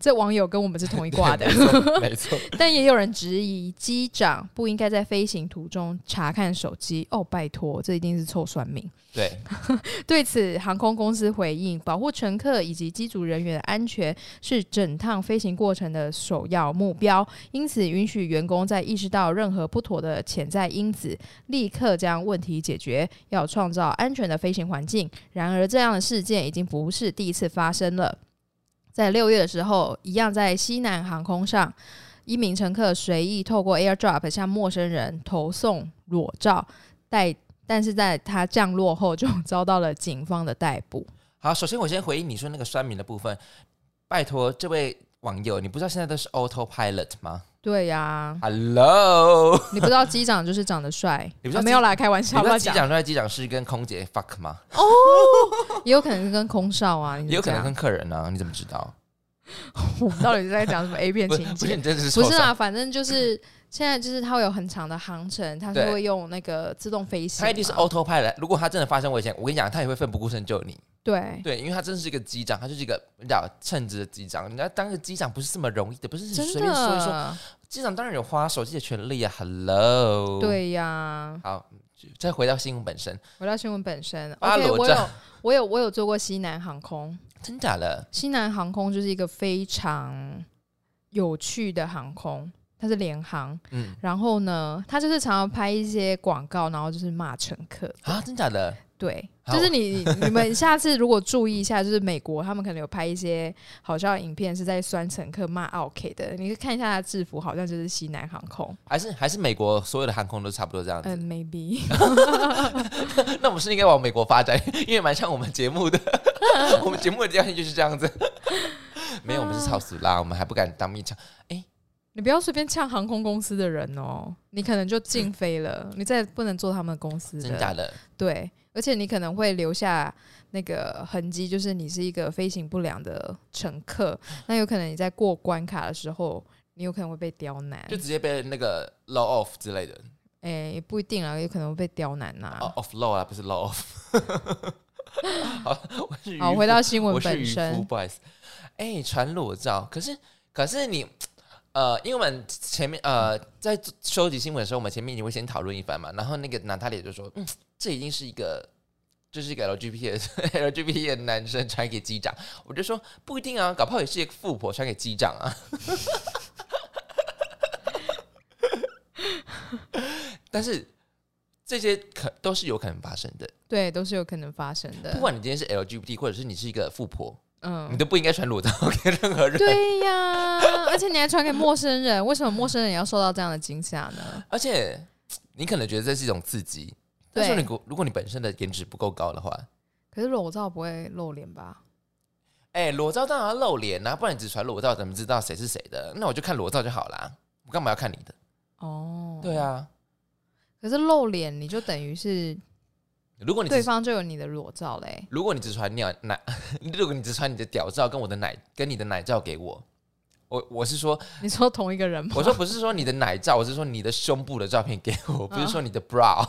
S2: 这网友跟我们是同一挂的
S1: 没。错，没错，
S2: 但也有人质疑机长不应该在飞行途中查看手机。哦，拜托，这一定是臭酸民。
S1: 对，
S2: 对此，航空公司回应，保护乘客以及机组人员的安全是整趟飞行过程的首要目标，因此允许员工在意识到任何不妥的潜在因子，立刻将问题解决，要创造安全的飞行环境。然而，这样的事件已经不是第一次发生了。在六月的时候，一样在西南航空上，一名乘客随意透过 AirDrop 向陌生人投送裸照，带但是在他降落后就遭到了警方的逮捕。
S1: 好，首先我先回应你说那个酸民的部分，拜托这位网友，你不知道现在都是 autopilot 吗
S2: 对呀、
S1: ？Hello，
S2: 你不知道机长就是长得帅
S1: ，你不知道
S2: 啊
S1: 机
S2: 没有啦，开玩
S1: 你
S2: 笑，
S1: 不
S2: 不
S1: 知道
S2: 要
S1: 机
S2: 讲，
S1: 长在机长室跟空姐 fuck 吗？
S2: 也有可能是跟空少啊，你
S1: 也有可能
S2: 怎
S1: 跟
S2: 么
S1: 客人啊，你怎么知道？
S2: 讲 我们到底是在讲什么 A 片
S1: 不是，
S2: 情
S1: 不是
S2: 节？
S1: 你这是
S2: 不
S1: 受
S2: 是
S1: 伤
S2: 啊，反正就是现在就是它会有很长的航程，它是
S1: 对
S2: 会用那个自动飞行嘛，
S1: 他一定是哦 auto 派的。如果他真的发生危险，我跟你讲，他也会奋不顾身救你。
S2: 对，
S1: 对，因为他真是一个机长，他就是一个你知道称职的机长。人家当个机长不是这么容易的，不是
S2: 真
S1: 随便说一说。
S2: 的，
S1: 机长当然有花手机的权利啊。Hello，，
S2: 对呀、
S1: 好，再回到新闻本身，
S2: 回到新闻本身
S1: 巴
S2: ，OK，
S1: 罗
S2: 我
S1: 站
S2: 有我有我有坐过西南航空，
S1: 真假的？
S2: 西南航空就是一个非常有趣的航空，它是联航。
S1: 嗯
S2: 然后呢，它就是常常拍一些广告，然后就是骂乘客。
S1: 啊，真假的？
S2: 对，
S1: 好
S2: 就是你你们下次如果注意一下，就是美国他们可能有拍一些好笑的影片，是在酸乘客骂 OK 的。你去看一下他的制服，好像就是西南航空。
S1: 还是还是美国所有的航空都差不多这样子？
S2: 嗯，maybe
S1: 那我们是应该往美国发展，因为蛮像我们节目 的，我们节目的调性就是这样子。没有，我们
S2: 啊
S1: 是超死啦，我们还不敢当面讲。
S2: 你不要随便呛航空公司的人哦，你可能就禁飞了，你再也不能做他们公司
S1: 真假
S2: 的。
S1: 的？
S2: 对，而且你可能会留下那个痕迹，就是你是一个飞行不良的乘客，
S1: 嗯
S2: 那有可能你在过关卡的时候，你有可能会被刁难。
S1: 就直接被那个 low off 之类的，
S2: 诶、也不一定啊，有可能会被刁难呐、
S1: 哦 off low 啊，不是 low off。好，我是渔
S2: 好，
S1: 夫
S2: 回到新闻
S1: 我是
S2: 本
S1: 渔夫
S2: 身，
S1: 不好意思。哎，传裸照，可是可是你呃，因为我们前面呃在收集新闻的时候，我们前面你会先讨论一番嘛，然后那个娜塔莉就说，嗯，这已经是一个。就是一个 LGBT 的 LGBT 的男生传给机长，我就说不一定啊，搞不好也是一个富婆传给机长啊。 但是这些可都是有可能发生的，
S2: 对，都是有可能发生
S1: 不
S2: 的。
S1: 管你今天是 LGBT，或者是你是一个富婆，你
S2: 嗯，
S1: 都不应该传裸照 给任何人。
S2: 对呀，而且你还传给陌生人，为什么陌生人也要受到这样的惊吓呢？
S1: 而且你可能觉得这是一种刺激，但
S2: 对
S1: 是你如果你本身的颜值不够高的话，
S2: 可是裸照不会露脸吧？
S1: 哎、裸照当然要露脸啊，不然你只传裸照怎么知道谁是谁的？那我就看裸照就好啦，我干嘛要看你的？
S2: 哦，
S1: 对。啊，
S2: 可是露脸，你就等于是
S1: 如果你
S2: 对
S1: 只
S2: 方就有你的裸照嘞、
S1: 如果你只传鸟奶， 如果你只传你的屌照跟我的奶跟你的奶照给我，我我是说，
S2: 你说同一个人吗？
S1: 我说不是说你的奶照，我是说你的胸部的照片给我，不是说你的 bra。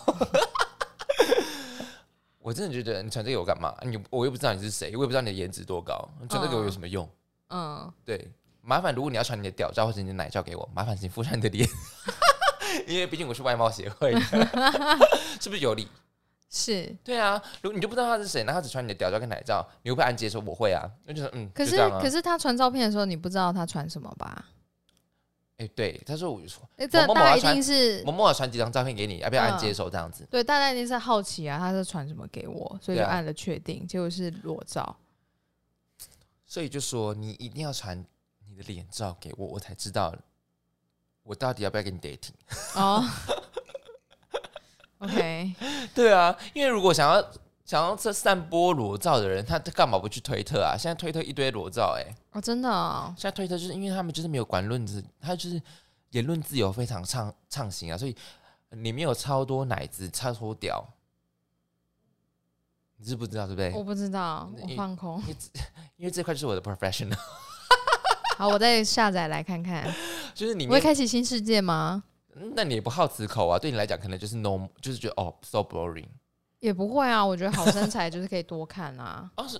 S1: 我真的觉得你传这个我干嘛？你我又不知道你是谁，我也不知道你的颜值多高，你传这个给我有什么用？
S2: 嗯，
S1: 对，麻烦如果你要传你的屌照或者你的奶照给我，麻 烦请附上你的脸，因为毕竟我是外貌协会的， 是不是有理？
S2: 是。
S1: 对啊，如果你就不知道他是谁，然后他只传你的屌照跟奶照，你会不会按接受？我会啊，那就是嗯，
S2: 可、
S1: 就是这样啊
S2: 可。是他传照片的时候，你不知道他传什么吧？
S1: 哎、对，他说我就说
S2: 哎、这
S1: 某某某
S2: 大家
S1: 要
S2: 一
S1: 传
S2: 定是
S1: 某某我传几张照片给你，要不要按
S2: 嗯
S1: 接受这样子？
S2: 对，大家一定是好奇啊，他是传什么给我，所以
S1: 对
S2: 就
S1: 啊
S2: 按了确定，结果是裸照。
S1: 所以就说你一定要传你的脸照给我，我才知道我到底要不要跟你 dating。
S2: 哦，OK，
S1: 对啊，因为如果想要想要这散播裸照的人，他他干嘛不去推特啊？现在推特一堆裸照、欸，哎，
S2: 哦，真的、哦，
S1: 现在推特就是因为他们就是没有管论子，他就是言论自由非常畅畅行啊，所以里面有超多奶子，超多屌，你知不知道对不对？
S2: 我不知道，
S1: 那
S2: 我
S1: 一
S2: 放空。
S1: 因为这块就是我的 professional，
S2: 好，我再下载来看看。
S1: 就是里
S2: 我会
S1: 面，
S2: 开启新世界吗？
S1: 那你也不好此口啊，对你来讲可能就是 no，就是觉得哦 so boring。
S2: 也不会啊，我觉得好身材就是可以多看 啊。
S1: 哦，是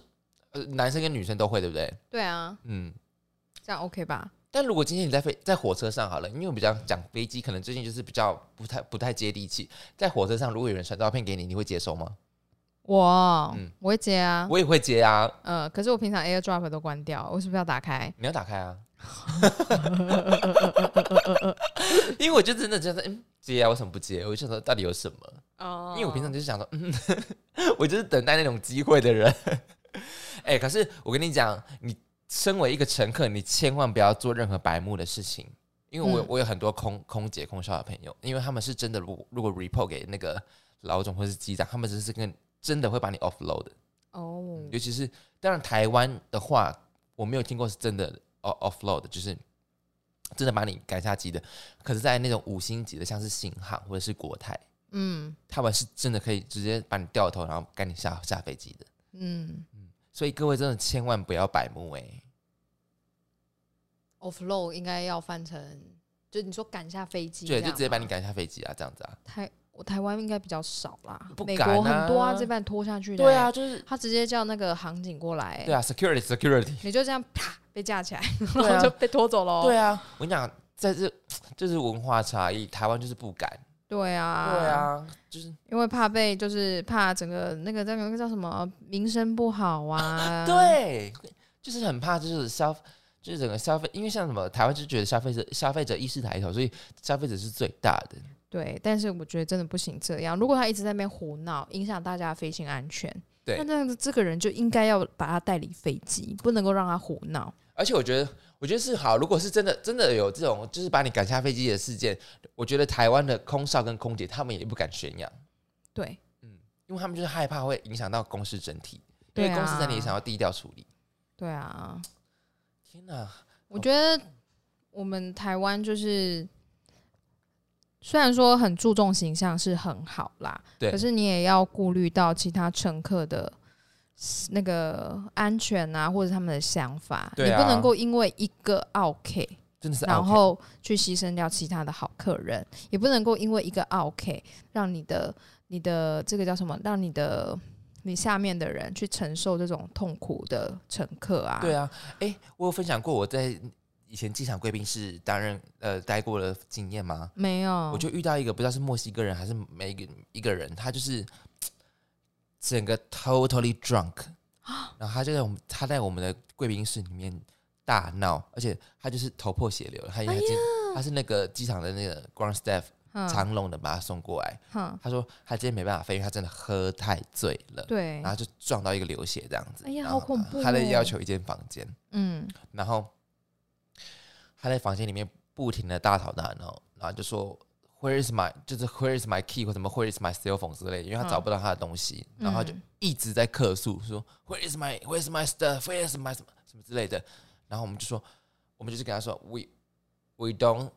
S1: 呃，男生跟女生都会，对不对？
S2: 对啊，
S1: 嗯。
S2: 这样 OK 吧？
S1: 但如果今天你在飞在火车上好了，因为我比较讲飞机，可能最近就是比较不太不太接地气。在火车上，如果有人传照片给你，你会接受吗？
S2: 我、
S1: 嗯
S2: 我会接啊，
S1: 我也会接啊，
S2: 呃，可是我平常 AirDrop 都关掉，为什么要打开？
S1: 你要打开啊， 因为我就真的觉得嗯接啊，为什么不接？我就想说到底有什么？
S2: 哦
S1: 因为我平常就是想说，嗯， 我就是等待那种机会的人。哎、可是我跟你讲，你身为一个乘客，你千万不要做任何白目的事情。因为我有、
S2: 嗯
S1: 我有很多空空姐、空少的朋友，因为他们是真的，如果如果 report 给那个老总或是机长，他们只是跟真的会把你 offload 的。
S2: 哦，
S1: 尤其是当然台湾的话，我没有听过是真的 off offload，的就是真的把你赶下机的。可是，在那种五星级的，像是新航或者是国泰，
S2: 嗯
S1: 他们是真的可以直接把你掉头，然后赶你下下飞机的。
S2: 嗯
S1: 所以各位真的千万不要白目哎、
S2: ，offload 应该要翻成，就你说赶下飞机这
S1: 对，
S2: 样
S1: 就
S2: 吗，
S1: 直接把你赶下飞机啊，这样子啊。
S2: 台我台湾应该比较少啦，
S1: 不
S2: 美国
S1: 敢啊
S2: 很多啊，这边拖下去的、
S1: 对啊，，就是
S2: 他直接叫那个航警过来、
S1: 对啊，security security，
S2: 你就这样啪被架起来，
S1: 对
S2: 然
S1: 啊
S2: 后就被拖走喽。
S1: 对啊，我跟你讲，在这这是文化差异，台湾就是不敢，
S2: 对啊，
S1: 对，啊，就是
S2: 因为怕被就是怕整个那个那个那个叫什么名声不好啊，，
S1: 对，就是很怕，就是消，就是整个消费，因为像什么台湾就觉得消费者消费者意识抬头，所以消费者是最大的。
S2: 对，但是我觉得真的不行这样。如果他一直在那边胡闹，影响大家的飞行安全，
S1: 对
S2: 那这样子这个人就应该要把他带离飞机，不能够让他胡闹。
S1: 而且我觉得，我觉得是好，如果是真的真的有这种就是把你赶下飞机的事件，我觉得台湾的空少跟空姐他们也不敢宣扬，
S2: 对，
S1: 因为他们就是害怕会影响到公司整体，因
S2: 对
S1: 为
S2: 啊，
S1: 公司整体也想要低调处理。
S2: 对啊，
S1: 天哪，
S2: 我觉得我们台湾就是，虽然说很注重形象是很好啦，
S1: 对
S2: 可是你也要顾虑到其他乘客的那个安全啊，或者他们的想法，
S1: 对啊
S2: 你不能够因为一个 OK，
S1: 真的是 OK
S2: 然后去牺牲掉其他的好客人，也不能够因为一个啊 OK 让你的你的这个叫什么，让你的。你下面的人去承受这种痛苦的乘客啊，
S1: 对啊，哎、我有分享过我在以前机场贵宾室担任呃待过的经验吗？
S2: 没有，
S1: 我就遇到一个不知道是墨西哥人还是美个一个人，他就是整个 totally drunk，然后他就在我们他在我们的贵宾室里面大闹，而且他就是头破血流了，
S2: 哎
S1: 他因为他,、他是那个机场的那个 ground staff
S2: 嗯
S1: 长龙的把他送过来，
S2: 哼，
S1: 他说他今天没办法飞，因为他真的喝太醉了，
S2: 对
S1: 然，后就撞到一个流血这样子，
S2: 哎呀
S1: 然后
S2: 好恐怖
S1: 他在
S2: 哦
S1: 要求一间房间，
S2: 嗯，
S1: 然后他在房间里面不停的大吵大闹，然后就说 Where is my 就是 Where is my key 或什么 Where is my cell phone 之类的，因为他
S2: 嗯
S1: 找不到他的东西，然后他就
S2: 嗯
S1: 一直在客诉说 Where is my Where is my stuff Where is my 什么什么之类的，然后我们就说我们就是跟他说 We we don't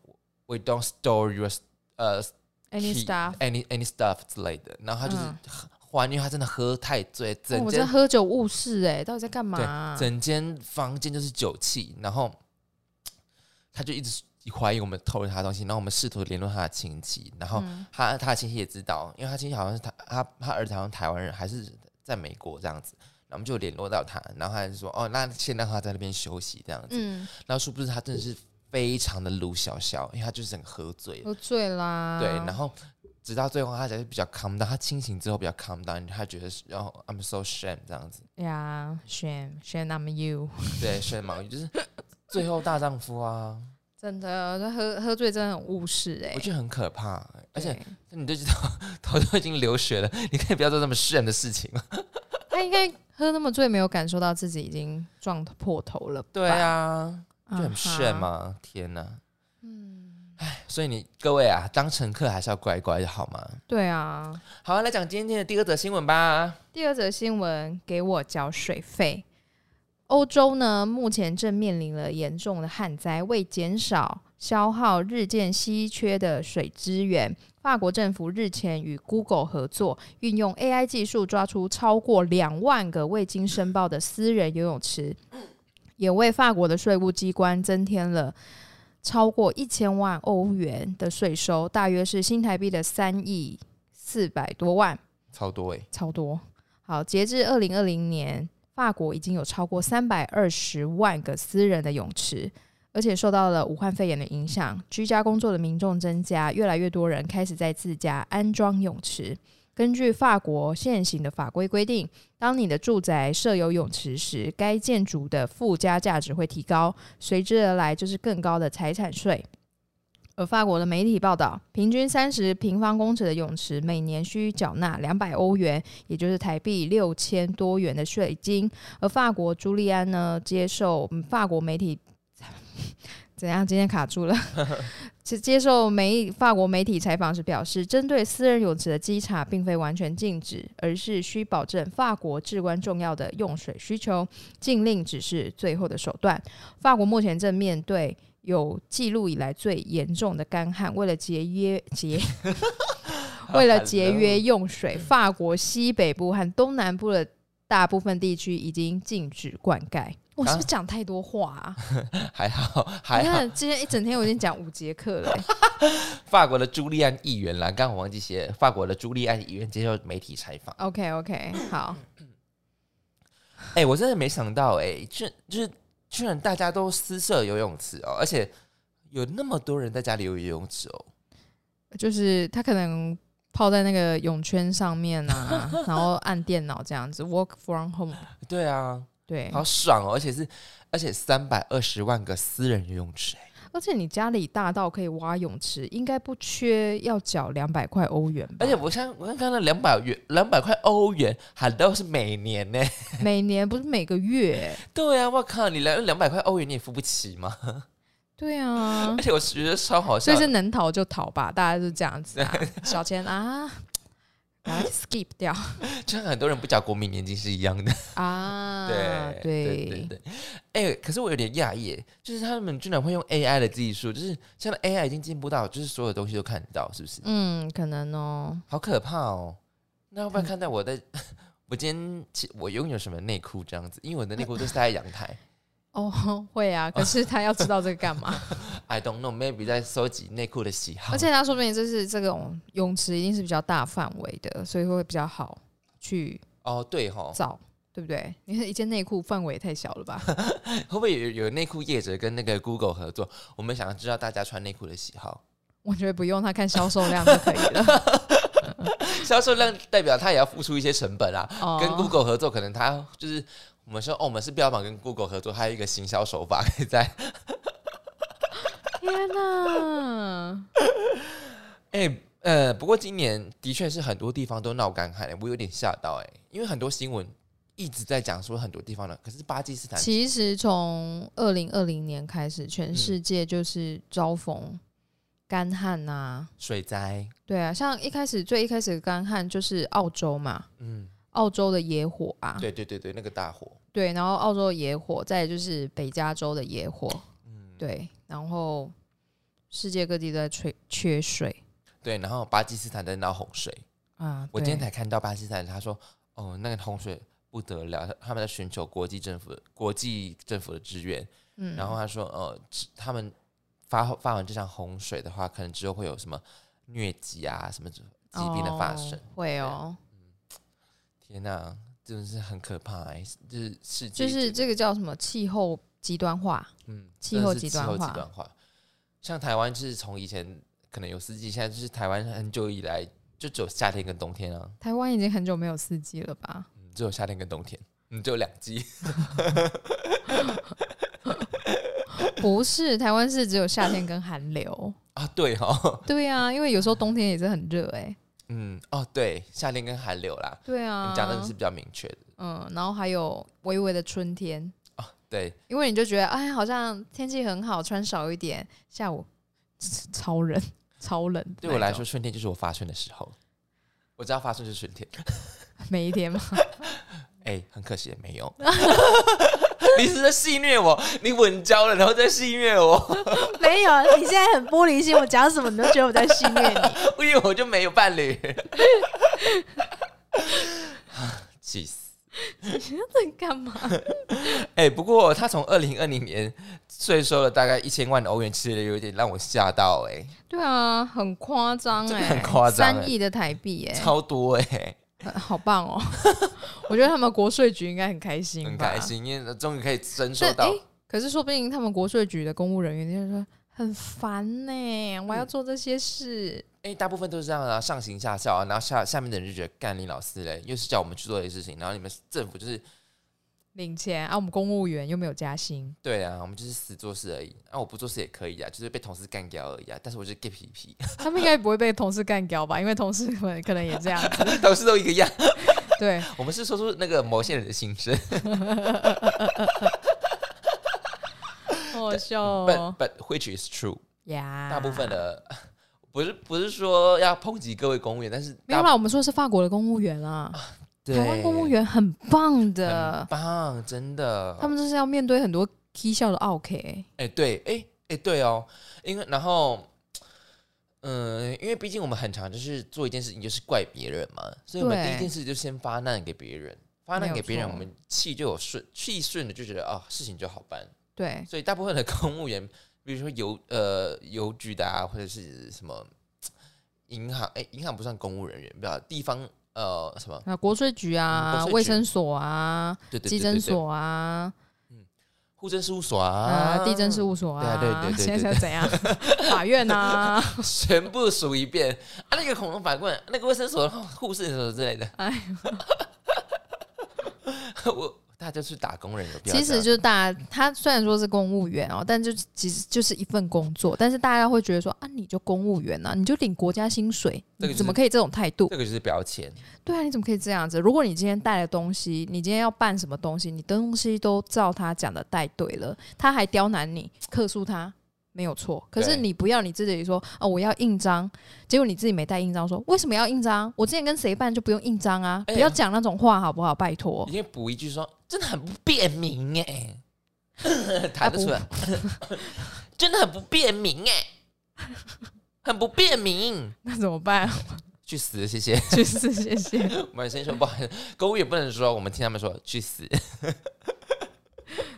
S1: we don't store your 呃
S2: any
S1: key-
S2: staff，
S1: any any stuff 之类的，然后他就是
S2: 嗯
S1: 还原，因为他真的喝太醉，
S2: 哦
S1: 整
S2: 我
S1: 间
S2: 在喝酒误事哎，到底在干嘛
S1: 对
S2: 啊？
S1: 整间房间就是酒气，然后他就一直怀疑我们偷了他的东西，然后我们试图联络他的亲戚，然后
S2: 嗯
S1: 他他的亲戚也知道，因为他亲戚好像是他他他儿子好像台湾人，还是在美国这样子，然后我们就联络到他，然后他就说哦，那先让他在那边休息这样子，
S2: 嗯，
S1: 然后殊不知他真的是非常的鲁小小，因为他就是整个喝醉，
S2: 喝醉啦，
S1: 对，然后。直到最后，他才是比较 calm down。他清醒之后比较 calm down，他觉得是，然后 I'm so shame 这样子。
S2: 呀，shame shame I'm you，
S1: 对，选毛衣就是最后大丈夫啊，
S2: 真的，这喝喝醉真的很误事哎
S1: 我，觉得很可怕、而且
S2: 对
S1: 你都知道头都已经流血了，你可以不要做这么炫的事情了。
S2: 他应该喝那么醉，没有感受到自己已经撞破头了吧，
S1: 对啊，
S2: 啊
S1: 就
S2: 哈，
S1: 很炫嘛，天哪！嗯，哎，所以你各位啊，当乘客还是要乖乖的好吗？
S2: 对啊。
S1: 好、啊，来讲今天的第二则新闻吧。
S2: 第二则新闻，给我缴水费。欧洲呢，目前正面临了严重的旱灾，为减少消耗日渐稀缺的水资源，法国政府日前与 Google 合作，运用 AI 技术抓出超过两万个未经申报的私人游泳池，也为法国的税务机关增添了。超过一千万欧元的税收，大约是新台币的三亿四百多万。
S1: 超多哎、
S2: 超多。好，截至二零二零年，法国已经有超过三百二十万个私人的泳池，而且受到了武汉肺炎的影响，居家工作的民众增加，越来越多人开始在自家安装泳池。根据法国现行的法规规定，当你的住宅设有泳池时，该建筑的附加价值会提高，随之而来就是更高的财产税。而法国的媒体报道，平均三十平方公尺的泳池每年需缴纳两百欧元，也就是台币六千多元的税金。而法国朱利安呢，接受嗯法国媒体 怎样？今天卡住了。 其接受媒法国媒体采访时表示，针对私人泳池的稽查并非完全禁止，而是需保证法国至关重要的用水需求，禁令只是最后的手段。法国目前正面对有记录以来最严重的干旱，为了节约节。为了节约用水，法国西北部和东南部的大部分地区已经禁止灌溉。我是不是讲太多话啊？
S1: 还好
S2: 你
S1: 还好，
S2: 看今天一整天我已经讲五节课了欸、
S1: 法国的朱利安议员啦，刚刚我忘记写，法国的朱利安议员接受媒体采访。
S2: OK OK，好，
S1: 哎、我真的没想到、哎，居就是居然大家都私设游泳池哦，而且有那么多人在家里有游泳池哦。
S2: 就是他可能泡在那个泳圈上 面啊，然后按电脑这样子 work from home。
S1: 对啊，
S2: 对，
S1: 好爽哦！而且是，而且三百二十万个私人游泳池、欸，
S2: 而且你家里大到可以挖泳池，应该不缺要缴两百块欧元吧。
S1: 而且我像我刚刚那两百元，两百块欧元，喊到是每年呢、
S2: 每年不是每个月、欸
S1: 对啊，我靠，你两两百块欧元你也付不起吗？
S2: 对啊
S1: 而，且我觉得超好
S2: 所
S1: 笑
S2: 以
S1: 的，
S2: 是能逃就逃吧，大家就这样子啊，小钱啊， 把它 skip 掉
S1: 就像很多人不缴国民年金是一样的。
S2: 啊，
S1: 对对对对，哎、可是我有点讶异耶，就是他们居然会用 AI 的技术，就是现在 AI 已经进步到，就是所有东西都看得到，是不是？
S2: 嗯，可能哦，
S1: 好可怕哦！那要不然看到我在，
S2: 嗯
S1: 我今天其我拥有什么内裤这样子？因为我的内裤都是在阳 台
S2: 哦， 会啊，可是他要知道这个干嘛？
S1: ，I don't know，maybe 在收集内裤的喜 好。
S2: 而且他说不定就是这种泳池一定是比较大范围的，所以会比较好去
S1: 哦，对吼，
S2: 找，对不对？你看一件内裤范围也太小了吧？
S1: 会不会有有内裤业者跟那个 Google 合作？我们想要知道大家穿内裤的喜好，
S2: 我觉得不用，他看销售量就可以了。
S1: 销售量代表他也要付出一些成本啊。 跟
S2: 哦，
S1: Google 合作，可能他就是我们说哦，我们是标榜跟 Google 合作，还有一个行销手法 可以在。
S2: 天哪！
S1: 哎、呃，不过今年的确是很多地方都闹干旱、我有点吓到哎、因为很多新闻一直在讲说很多地方的，可是巴基斯坦
S2: 其实从二零二零年开始，全世界就是遭逢干旱啊。
S1: 水灾，
S2: 对啊，像一开始最一开始的干旱就是澳洲嘛，
S1: 嗯，
S2: 澳洲的野火啊，
S1: 对对对对，那个大火，
S2: 对，然后澳洲的野火，再来就是北加州的野火，
S1: 嗯
S2: 对，然后世界各地都在缺缺水
S1: 对，然后巴基斯坦在闹洪水，
S2: 啊。
S1: 我今天
S2: 对
S1: 才看到巴基斯坦，他说哦，那个洪水不得了，他他们在寻求国际政府国际政府的支援，
S2: 嗯
S1: 然后他说，呃，只他们发发完这场洪水的话，可能之后会有什么疟疾啊，什么疾病的发生。啊
S2: 哦会哦，
S1: 天哪、真的是很可怕、欸，就是世界
S2: 就是这
S1: 个，
S2: 个叫什么气候极端化，
S1: 嗯，
S2: 气
S1: 真的
S2: 候
S1: 是
S2: 极
S1: 气
S2: 端
S1: 候极
S2: 化
S1: 端化。像台湾就是从以前可能有四季，现在就是台湾很久以来就只有夏天跟冬天啊，
S2: 台湾已经很久没有四季了吧？
S1: 嗯只有夏天跟冬天，嗯，只有两季。
S2: 不是，台湾是只有夏天跟寒流。
S1: 啊，对哦，
S2: 对啊，因为有时候冬天也是很热哎、
S1: 嗯，哦，对，夏天跟寒流啦，
S2: 对啊，
S1: 你讲的是比较明确的，
S2: 嗯，然后还有微微的春天，
S1: 对，
S2: 因为你就觉得哎，好像天气很好，穿少一点，下午 超冷， 超冷。
S1: 对我来说，，春天就是我发春的时候。我知道发春是春天，
S2: 每一天嘛，
S1: 哎、很可惜没 有。你是在戏虐我，你稳交了，然后再戏虐我，
S3: 没有，你现在很玻璃心，我讲什么你都觉得我在戏虐你。
S1: 因为我就没有伴 侣。气死！
S2: 在干嘛？
S1: 哎、不过他从二零二零年税收了大概一千万欧元，其实有点让我吓到、 哎
S2: 对啊，很夸张
S1: 真的
S2: 哎，
S1: 很夸张欸
S2: 三亿的台币
S1: 哎，
S2: 哎、
S1: 超多哎、
S2: 呃 好棒哦！ 我觉得他们国税局应该很开心，
S1: 很
S3: 啊
S1: 开。心，因为终于可以征收
S2: 但
S3: 哎
S1: 到。
S2: 诶可是说不定他们国税局的公务人员就是说很烦呢、
S1: 嗯
S2: 我还要做这些事。
S1: 哎、大部分都是这样啊，上行下效啊，然后下下面的人就觉得干你老师嘞，又是叫我们去做的事情，然后你们政府就是
S2: 领钱啊！我们公务员又没有加薪，
S1: 对啊，我们就是死做事而已，那、我不做事也可以啊，就是被同事干掉而已啊，但是我就是 gay 皮 皮，
S2: 他们应该不会被同事干掉吧？因为同事们可能也 这样子。
S1: 同事都一个样，
S2: 对，
S1: 我们是说出那个某些人的心声
S2: 好好笑
S1: ，but
S2: 哦啊
S1: but which is true，、
S2: 呀！
S1: 大部分的。 不是不是说要抨击各位公务员，但是
S2: 没有
S1: 大
S2: 啦，我们说的是法国的公务员啦，
S1: 啊对
S2: 台湾公务员很棒
S1: 很
S2: 的，
S1: 棒，真的。
S2: 他们就是要面对很多 K 笑的 OK。
S1: 哎、对，哎、哎、对哦，因为然后，嗯、因为毕竟我们很常就是做一件事情就是怪别人嘛，所以我们第一
S2: 对
S1: 件事就先发难给别人，发
S2: 没
S1: 难
S2: 有
S1: 给别人，我
S2: 错
S1: 们气就有顺气顺的就觉得啊、事情就好办，
S2: 对，
S1: 所以大部分的公务员，比如说邮呃邮局的啊，或者是什么银行，哎、银行不算公务人员，不要地方呃什么，
S2: 那国税
S1: 嗯
S2: 局
S1: 国
S2: 啊、
S1: 税局
S2: 卫生所啊、
S1: 对对对
S2: 基
S1: 对
S2: 征
S1: 对，
S2: 所啊，
S1: 户政事务所啊，
S2: 呃，地震事务所啊，
S1: 对啊对对对
S2: 现在是 怎样？法院啊，
S1: 全部数一遍啊，那个恐龙法官，那个卫生所、护士所之类的，
S2: 哎，
S1: 我大家去打工人有必要
S2: 其
S1: 这
S2: 实
S1: 样
S2: 就是大家，他虽然说是公务员哦，但就其实就是一份工作，但是大家会觉得说啊，你就公务员呐、啊，你就领国家薪水，
S1: 这个就
S2: 你
S1: 是
S2: 怎么可以这种态度？
S1: 这个就是标签，
S2: 对啊，你怎么可以这样子？如果你今天带的东西，你今天要办什么东西，你的东西都照他讲的带对了，他还刁难你，克诉他。没有错，可是
S1: 对
S2: 你不要你自己说哦，我要印章，结果你自己没带印章说为什么要印章？我之前跟谁办就不用印章啊！
S1: 哎呀
S2: 不要讲那种话好不好？拜托，
S1: 因为补一句说，真的很不便民哎、 弹得出来， 真的很不便民哎、很不便民，
S2: 那怎么办？
S1: 去死，谢谢。
S2: 去死，谢谢。
S1: 我们先说不好意思，公务员不能说，我们听他们说去死。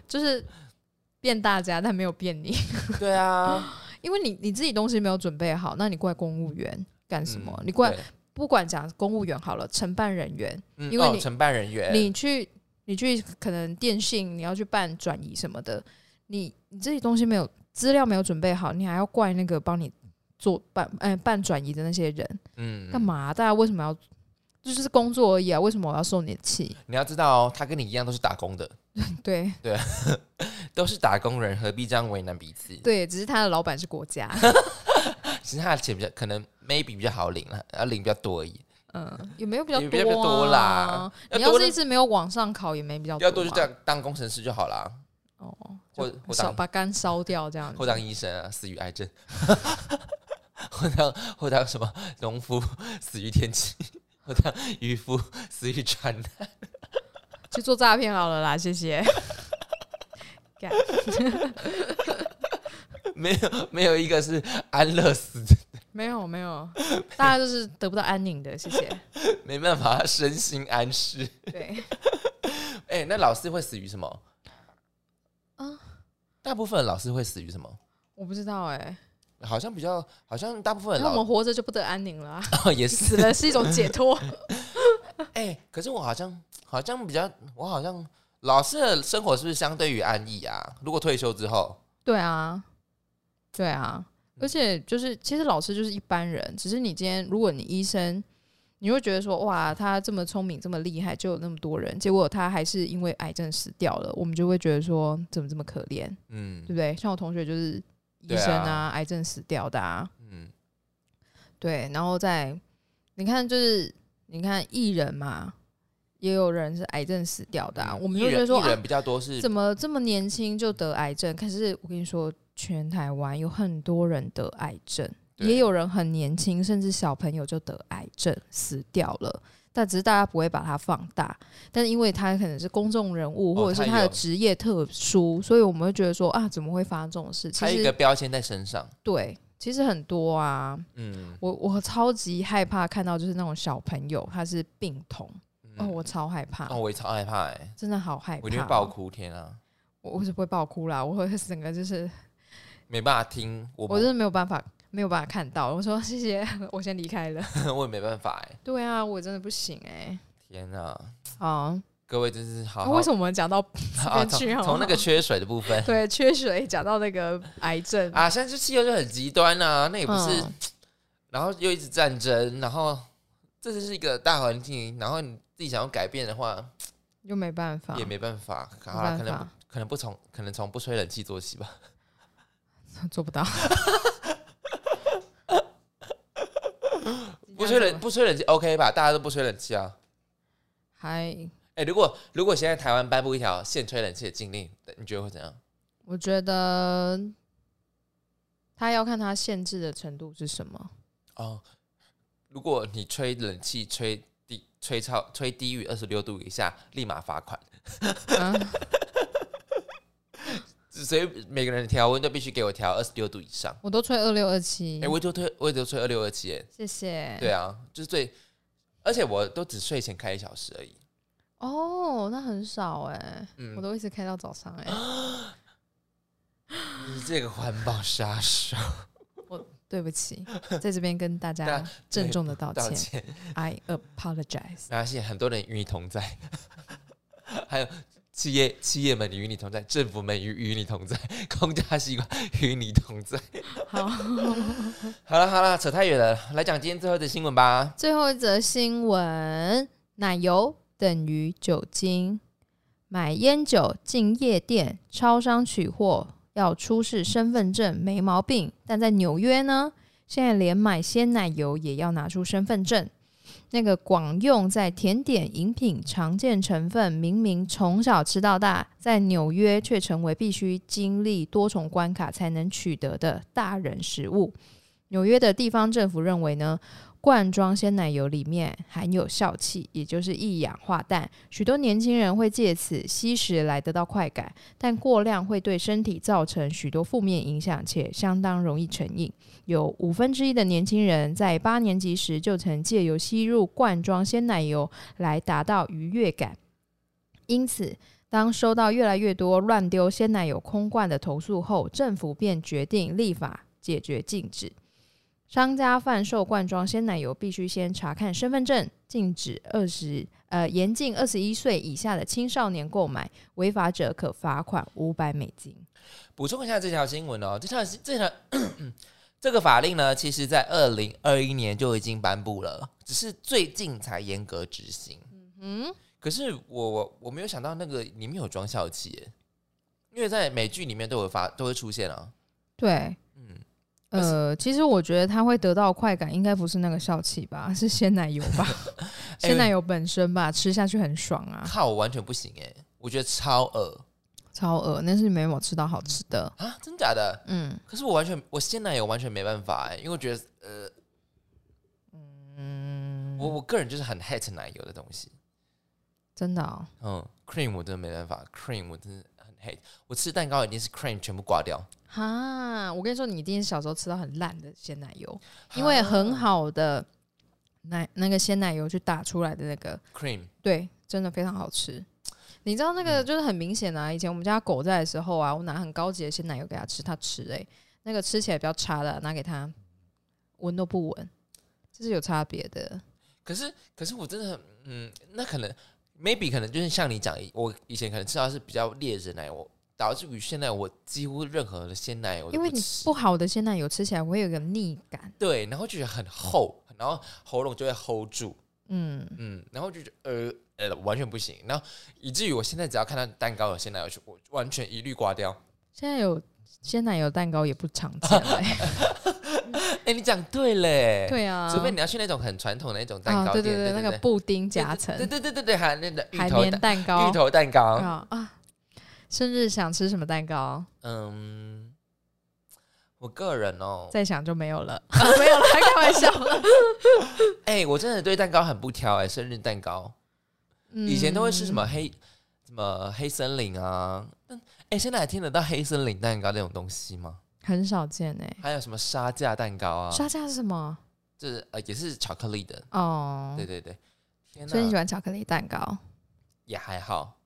S2: 就是变大家，但没有变你，
S1: 对啊，
S2: 因为你你自己东西没有准备好，那你怪公务员干什么？
S1: 嗯
S2: 你怪
S1: 对
S2: 不管讲公务员好了，承办人员，
S1: 嗯
S2: 因为
S1: 哦
S2: 你
S1: 承办人员，
S2: 你去你去可能电信你要去办转移什么的，你你自己东西没有资料没有准备好，你还要怪那个帮你做办嗯、办转移的那些人
S1: 嗯
S2: 干？嘛、大家为什么要？这就是工作而已啊，为什么我要受你的气？
S1: 你要知道哦，他跟你一样都是打工的，
S2: 对
S1: 都是打工人，何必这样为难彼此？
S2: 对，只是他的老板是国 家，
S1: 其实他的钱比较可能 maybe 比较好领了，要领比较多而已。
S2: 嗯，也没有比较
S1: 也
S2: 多、啊、啊
S1: 比较多啦要
S2: 你
S1: 多
S2: 要是
S1: 的
S2: 一直没有往上考，也没比较
S1: 要
S2: 多
S1: 多
S2: 嘛
S1: 就当当工程师就好啦，
S2: 哦，
S1: 或
S2: 就
S1: 或
S2: 烧
S1: 当
S2: 把肝烧掉这样
S1: 或
S2: 子。
S1: 当医生啊，死于癌症， 或当或当什么农夫死于天气， 或当渔夫死于船 难。
S2: 去做诈骗好了啦，谢 谢。干
S1: 没有没有一个是安乐死的，
S2: 没有没有， 大家就是得不到安宁的，谢谢。
S1: 没办法，他身心安适。
S2: 对，
S1: 哎、那老师会死于什么？
S2: 啊
S1: 大部分的老师会死于什么？
S2: 我不知道哎、
S1: 好像比较，好像大部分的
S2: 那我
S1: 老
S2: 们活着就不得安宁了啊、
S1: 哦也是
S2: 死了是一种解 脱。
S1: 哎、可是我好像好像比较，我好像老师的生活是不是相对于安逸啊？如果退休之后，
S2: 对啊，对啊，
S1: 嗯
S2: 而且就是其实老师就是一般人，只是你今天如果你医生，你会觉得说哇，他这么聪明这么厉害，就有那么多人，结果他还是因为癌症死掉了，我们就会觉得说怎么这么可怜，
S1: 嗯
S2: 对不对？像我同学就是医
S1: 对
S2: 生
S1: 啊
S2: 啊，癌症死掉的啊，
S1: 嗯，
S2: 对，然后再你看就是你看艺人嘛，也有人是癌症死掉的啊，
S1: 嗯
S2: 我们
S1: 艺
S2: 就
S1: 人
S2: 觉得说
S1: 艺
S2: 啊
S1: 人比较多是
S2: 怎么这么年轻就得癌症？可是我跟你说，全台湾有很多人得癌症，
S1: 对
S2: 也有人很年轻，甚至小朋友就得癌症死掉了。但只是大家不会把它放大，但是因为他可能是公众人物，
S1: 哦
S2: 或者是
S1: 他
S2: 他的
S1: 有
S2: 职业特殊，所以我们会觉得说啊，怎么会发生这种事？其
S1: 还有一个
S2: 实
S1: 标签在身上，
S2: 对，其实很多啊。
S1: 嗯，
S2: 我我超级害怕看到就是那种小朋友他是病童，哦，
S1: 嗯
S2: 我超害怕，
S1: 哦我也超害怕哎、
S2: 真的好害怕哦，
S1: 我一定会爆哭，天啊，
S2: 我我是不会爆哭啦，我会整个就是
S1: 没办法听，我不
S2: 我真的没有办法，没有办法看到。我说谢谢，我先离开了。
S1: 我也没办法哎、
S2: 对啊，我真的不行哎、
S1: 天啊，
S2: 好，
S1: 各位真是好
S2: 那、
S1: 好，
S2: 啊为什么我们讲到 这
S1: 啊
S2: 边
S1: 从
S2: 去好不好
S1: 从那个缺水的部分
S2: 对缺水，讲到那个癌症？
S1: 啊，现在这气候就很极端啊，那也不是，
S2: 嗯
S1: 然后又一直战争，然后这就是一个大环境，然后你自己想要改变的话，
S2: 又没办法，
S1: 也没办法，好啦
S2: 办
S1: 可能
S2: 法
S1: 不可能不从可能从不吹冷气做起吧。
S2: 做不到。
S1: 不吹冷不吹冷气 OK 吧？大家都不吹冷气啊。
S2: 还
S1: 哎、如果如果现在台湾颁布一条限吹冷气的禁令，你觉得会怎样？
S2: 我觉得他要看他限制的程度是什么。
S1: 哦，如果你吹冷气吹低吹超吹低于二十六度以下，立马罚款。
S2: 啊、
S1: 所以每个人的调温都必须给我调二十六度以上。
S2: 我都吹二六二七
S1: 哎、，我就推我也就吹二六二七，哎，
S2: 谢谢。
S1: 对啊，就是最，而且我都只睡前开一小时而已。
S2: 哦，那很少哎、
S1: 嗯啊
S2: 我，都一直开到早上哎、
S1: 你这个环保杀手，
S2: 对不起，在这边跟
S1: 大
S2: 大家
S1: 家
S2: 郑重的道
S1: 道
S2: 歉。
S1: 歉。
S2: I apologize。
S1: 没关系，很多人与你同在，还有企业企业们与你同在，政府们与与你同在，公家机关与你同在。
S2: 好，
S1: 好了好了，扯太远了，来讲今天最后的新闻吧。
S2: 最后一则新闻：奶油等于酒精，买烟酒进夜店、超商取货要出示身份证，没毛病。但在纽约呢，现在连买鲜奶油也要拿出身份证。那个广用在甜点、饮品常见成分，明明从小吃到大，在纽约却成为必须经历多重关卡才能取得的大人食物。纽约的地方政府认为呢，罐装鲜奶油里面含有笑气，也就是一氧化氮，许多年轻人会借此吸食来得到快感，但过量会对身体造成许多负面影响，且相当容易成瘾。有五分之一的年轻人在八年级时就曾借由吸入罐装鲜奶油来达到愉悦感，因此。当收到越来越多乱丢鲜奶油空罐的投诉后，政府便决定立法解决禁止。商家贩售罐装鲜奶油必须先查看身份证，禁止二十呃严禁二十一岁以下的青少年购买，违法者可罚款五百美金。
S1: 补充一下这条新闻哦，这条这条这个法令呢，其实在二零二一年就已经颁布了，只是最近才严格执行。
S2: 嗯，
S1: 可是我我我没有想到那个里面有装笑气耶，因为在美剧里面都有发都会出现啊。
S2: 对，
S1: 嗯，
S2: 呃，其实我觉得他会得到快感，应该不是那个笑气吧， 是鲜奶油吧，鲜奶油本身吧，吃下去很爽啊，
S1: 靠，我完全不行哎，我觉得超恶
S2: 超恶，那是没有吃到好吃的。
S1: 啊，真假的？
S2: 嗯
S1: 可是我完全我鲜奶油完全没办法哎，因为我觉得呃，
S2: 嗯，
S1: 我我个人就是很 hate 奶油的东西。
S2: 真的、哦，
S1: 嗯，cream 我真的没办法，cream 我真的很 hate。我吃蛋糕一定是 cream 全部刮掉，
S2: 哈，我跟你说，你一定是小时候吃到很烂的鲜奶油，因为很好的奶那个鲜奶油去打出来的那个，
S1: 啊 cream
S2: 对，真的非常好吃。你知道那个就是很明显啊，以前我们家狗在的时候啊，我拿很高级的鲜奶油给它吃，它吃诶、那个吃起来比较差的拿给它闻都不闻，这是有差别的。
S1: 可是，可是我真的很，嗯，那可能 maybe 可能就是像你讲，我以前可能吃到是比较劣质奶油，导致于现在我几乎任何的鲜奶油都
S2: 因为你
S1: 吃
S2: 不好的鲜奶油吃起来会有一个腻感，
S1: 对，然后就觉得很厚，然后喉咙就会 hold 住，
S2: 嗯，
S1: 嗯，然后就觉得呃呃完全不行，然后以至于我现在只要看到蛋糕有鲜奶油，我完全一律刮掉。
S2: 现在有鲜奶油蛋糕也不常见了欸、
S1: 哎，你讲对嘞，、
S2: 对啊，
S1: 除非你要去那种很传统的那种蛋
S2: 啊，
S1: 糕
S2: 对
S1: 店，
S2: 对
S1: 对
S2: 那个布丁夹层
S1: 对、对对对对，还有那个芋
S2: 海
S1: 头
S2: 绵
S1: 蛋
S2: 蛋糕
S1: 芋头蛋糕，
S2: 啊啊！生日想吃什么蛋
S1: 哦
S2: 糕，
S1: 嗯，我个人哦，
S2: 再想就没有了， 啊没有了，还开玩笑。
S1: 哎、我真的对蛋糕很不挑哎、生日蛋糕 以前都会吃什么
S2: 嗯？
S1: 黑、什么黑森林啊，但哎、现在还听得到黑森林蛋糕这种东西吗？
S2: 很少见哎、
S1: 还有什么沙架蛋糕啊，
S2: 刷架是什么？
S1: 就是呃也是巧克力的，
S2: 哦
S1: 对，对对，天
S2: 所以你喜
S1: 哪，
S2: 欢巧克力蛋糕
S1: 也还好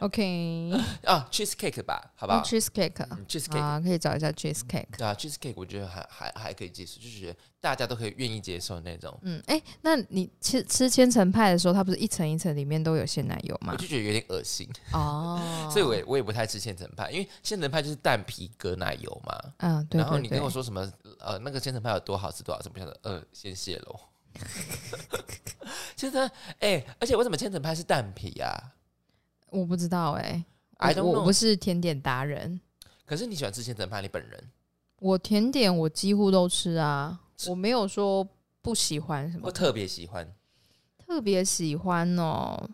S2: ？OK，
S1: 啊，cheesecake 吧， 好不好
S2: 哦、？cheesecake
S1: 嗯，cheesecake
S2: 啊，可以找一下 cheesecake。
S1: 对啊，cheesecake 我觉得还还还可以接受，就觉得大家都可以愿意接受那种，
S2: 嗯，哎、那你吃吃千层派的时候，它不是一层一层里面都有鲜奶油吗
S1: 我？就觉得有点恶心，，
S2: 哦
S1: 所以我也我也不太吃千层派，因为千层派就是蛋皮搁奶油嘛，
S2: 嗯，对
S1: 然后
S2: 对
S1: 你跟
S2: 对
S1: 我，说什么？呃，那个千层派有多好吃，多好吃？不晓得，呃，先谢喽。 千层，哎、而且为什么千层派是蛋皮啊
S2: 我不知道哎、
S1: ？I
S2: 我
S1: don't
S2: 我不
S1: know。
S2: 是甜点达人。
S1: 可是你喜欢吃千层派，你本人
S2: 我甜点我几乎都吃啊，
S1: 吃
S2: 我没有说不喜欢什
S1: 我
S2: 么，
S1: 特别喜欢
S2: 特别喜欢哦，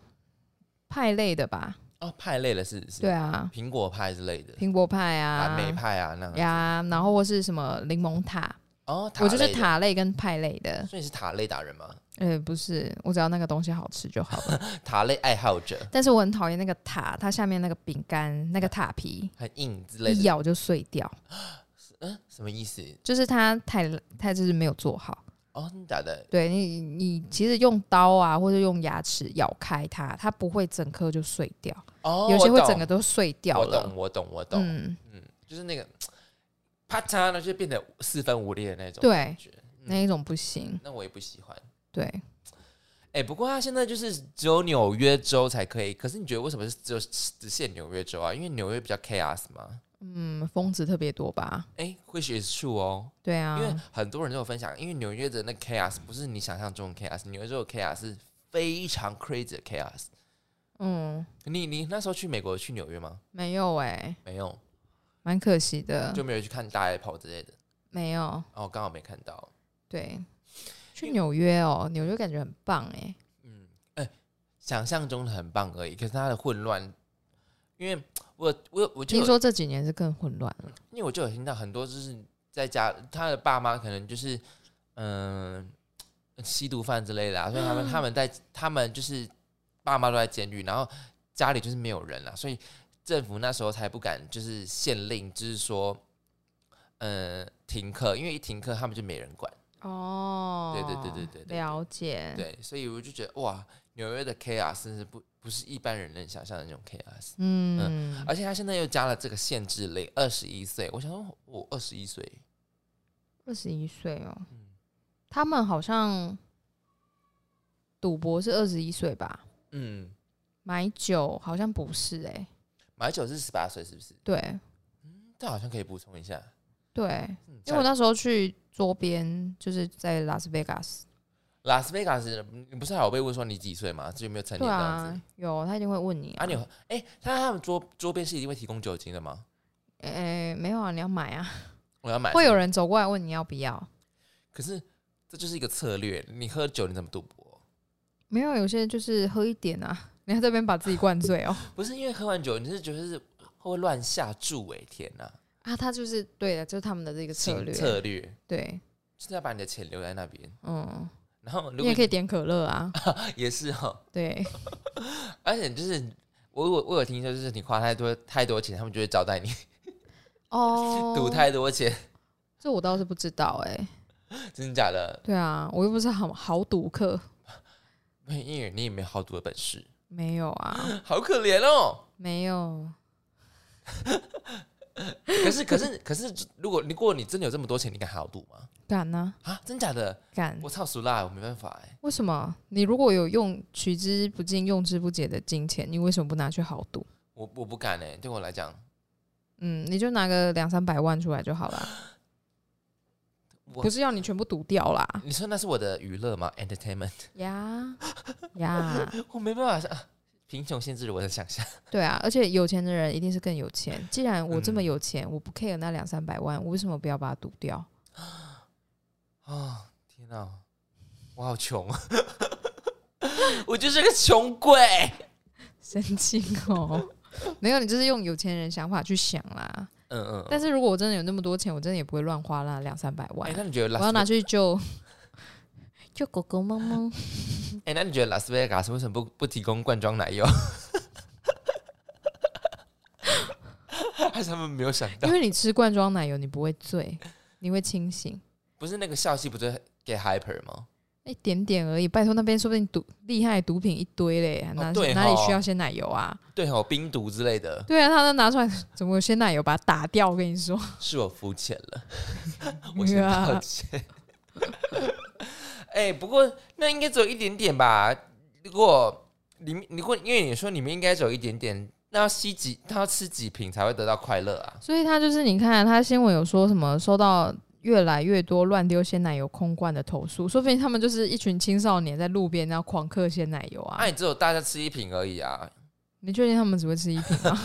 S2: 派类的吧？
S1: 哦，派类的是是，
S2: 对，啊，
S1: 苹果派之类的，
S2: 苹果派
S1: 蓝
S2: 啊，
S1: 莓派啊那样。
S2: 呀，然后或是什么柠檬塔，
S1: 哦，塔
S2: 我就是
S1: 类的，
S2: 塔类跟派类的。
S1: 所以你是塔类达人吗？
S2: 呃，不是，我只要那个东西好吃就好了。
S1: 塔类爱好者，
S2: 但是我很讨厌那个塔，它下面那个饼干那个塔皮，
S1: 很硬之类
S2: 一
S1: 的。
S2: 咬就碎掉，
S1: 嗯，什么意思？
S2: 就是它太它就是没有做好。
S1: 哦，真的假的？
S2: 对你，你其实用刀啊，或者用牙齿咬开它，它不会整颗就碎掉，
S1: 哦，
S2: 有些
S1: 我
S2: 会
S1: 懂
S2: 整个都碎掉
S1: 我懂，
S2: 了。
S1: 我懂，我懂。
S2: 嗯，
S1: 嗯，就是那个啪嚓呢，就变得四分五裂的那种
S2: 对
S1: 感觉。
S2: 那一种不行。
S1: 那我也不喜欢。
S2: 对，
S1: 哎、不过它现在就是只有纽约州才可以。可是你觉得为什么是只有只限纽约州啊？因为纽约比较 chaos 嘛。
S2: 嗯，疯子特别多吧？
S1: 哎、w h i c h is true 哦，
S2: 对
S1: 因为
S2: 啊，
S1: 很多人都有分享，因为纽约的那 chaos 不是你想象中的 chaos，纽约州的 chaos 是非常 crazy 的 chaos。
S2: 嗯，
S1: 你你那时候去美国去纽约吗？
S2: 没有哎、
S1: 没有，
S2: 蛮可惜的
S1: 就，没有去看大 Apple 之类的。
S2: 没有。
S1: 哦，刚好没看到。
S2: 对，去纽约哦，纽约感觉很棒哎、
S1: 嗯，哎、想象中的很棒而已，可是它的混乱，因为我我我就哦有
S2: 听说这几年是更混乱了。
S1: 因为我就有听到很多就是在家，他的爸妈可能就是嗯、吸毒犯之类的、啊，所以他们、他们在他们就是爸妈都在监狱，然后家里就是没有人啊，所以政府那时候才不敢就是限令，就是说嗯、停课，因为一停课他们就没人管，
S2: 哦
S1: 对对对对对对
S2: 了解。
S1: 对，所以我就觉得哇，纽约的 chaos 真是不不是一般人能想象的那种 chaos。
S2: 嗯，
S1: 而且他现在又加了这个限制令，二十一岁。我想说，我二十一岁，
S2: 二十一岁哦，
S1: 嗯，
S2: 他们好像赌博是二十一岁吧？
S1: 嗯，
S2: 买酒好像不是哎、
S1: 买酒是十八岁，是不是？
S2: 对
S1: 这好像可以补充一下。
S2: 对，
S1: 嗯，
S2: 因为我那时候去桌边，就是在拉斯维加斯，
S1: 拉斯维加斯，你不是还有被问说你几岁吗？这有没有成年
S2: 对
S1: 这样
S2: 啊
S1: 子？，
S2: 有他一定会问你
S1: 啊，
S2: 啊，
S1: 你有哎，他他们桌桌边是一定会提供酒精的吗？
S2: 哎、没有啊，你要买啊，
S1: 我要买。
S2: 会有，人走过来问你要不要。
S1: 可是这就是一个策略。你喝酒你怎么赌博？
S2: 没有，有些就是喝一点啊， 你在这边把自己灌醉 哦。
S1: 不是因为喝完酒你是觉得是会乱下注哎、天哪、
S2: 啊，他就是对的，就是他们的这个策略。
S1: 策略
S2: 对，
S1: 就是要把你的钱留在那边，
S2: 嗯，
S1: 然后如
S2: 你
S1: 果
S2: 也可以点可乐啊。
S1: 也是哦哈、
S2: 对，
S1: 而且就是我我我有听说，就是你花太多太多钱，他们就会招待你；
S2: 哦
S1: 赌、太多钱，
S2: 这我倒是不知道哎、
S1: 真的假的？
S2: 对啊，我又不是好好赌客，
S1: 因为你也没有好赌的本事，
S2: 没有 啊，
S1: 好可怜哦。
S2: 没有。
S1: 可是可是可是，如果如果你真的有这么多钱，你敢好赌吗？
S2: 敢呢、
S1: 啊，真假的？
S2: 敢？
S1: 我操俗辣，我没办法哎、
S2: 为什么？你如果有用取之不尽、用之不竭的金钱，你为什么不拿去豪赌？
S1: 我我不敢哎、对我来讲，
S2: 嗯，你就拿个两三百万出来就好了，
S1: 我
S2: 不是要你全部赌掉啦。
S1: 你说那是我的娱乐吗？Entertainment，
S2: 呀呀，
S1: 我没办法想，啊贫穷限制了我的想象。
S2: 对啊，而且有钱的人一定是更有钱。既然我这么
S1: 嗯
S2: 有钱，我不 care 那两三百万，我为什么不要把它赌掉？
S1: 啊、天哪、我好穷， 我就是个穷鬼。
S2: 神经哦， 没有，你就是用有钱人想法去想啦。
S1: 嗯嗯，
S2: 但是如果我真的有那么多钱，我真的也不会乱花啦，两三百
S1: 哎、
S2: 万，
S1: 那你觉得
S2: 我
S1: 拉
S2: 要
S1: 斯
S2: 拿 去救救狗狗、猫猫。
S1: 哎、那你觉得拉斯维加斯为什么不不提供罐装奶油？ 还是他们没有想到
S2: 因？为你吃罐装奶油，你不会醉，你会清醒
S1: 不是那个校系不是给 hyper 吗？
S2: 一点点而已。拜托，那边说不定毒厉害的毒品一堆嘞，哪、
S1: 哦对
S2: 哪里
S1: 吼
S2: 需要鲜奶油啊？
S1: 对哦，冰毒之类的，
S2: 对啊，他都拿出来，怎么有鲜奶油把它打掉？我跟你说，啊
S1: 是我肤浅了， 我先道歉。 哎、不过那应该只有一点点吧？如果里面，如果因为你说里面应该只有一点点，那要吸几，他要吃几瓶才会得到快乐啊？
S2: 所以他就是你看，他新闻有说什么收到越来越多乱丢鲜奶油空罐的投诉，说不定他们就是一群青少年在路边然后狂嗑鲜奶油啊
S1: 那、。也只有大家吃一瓶而已啊。
S2: 你确定他们只会吃一瓶 吗？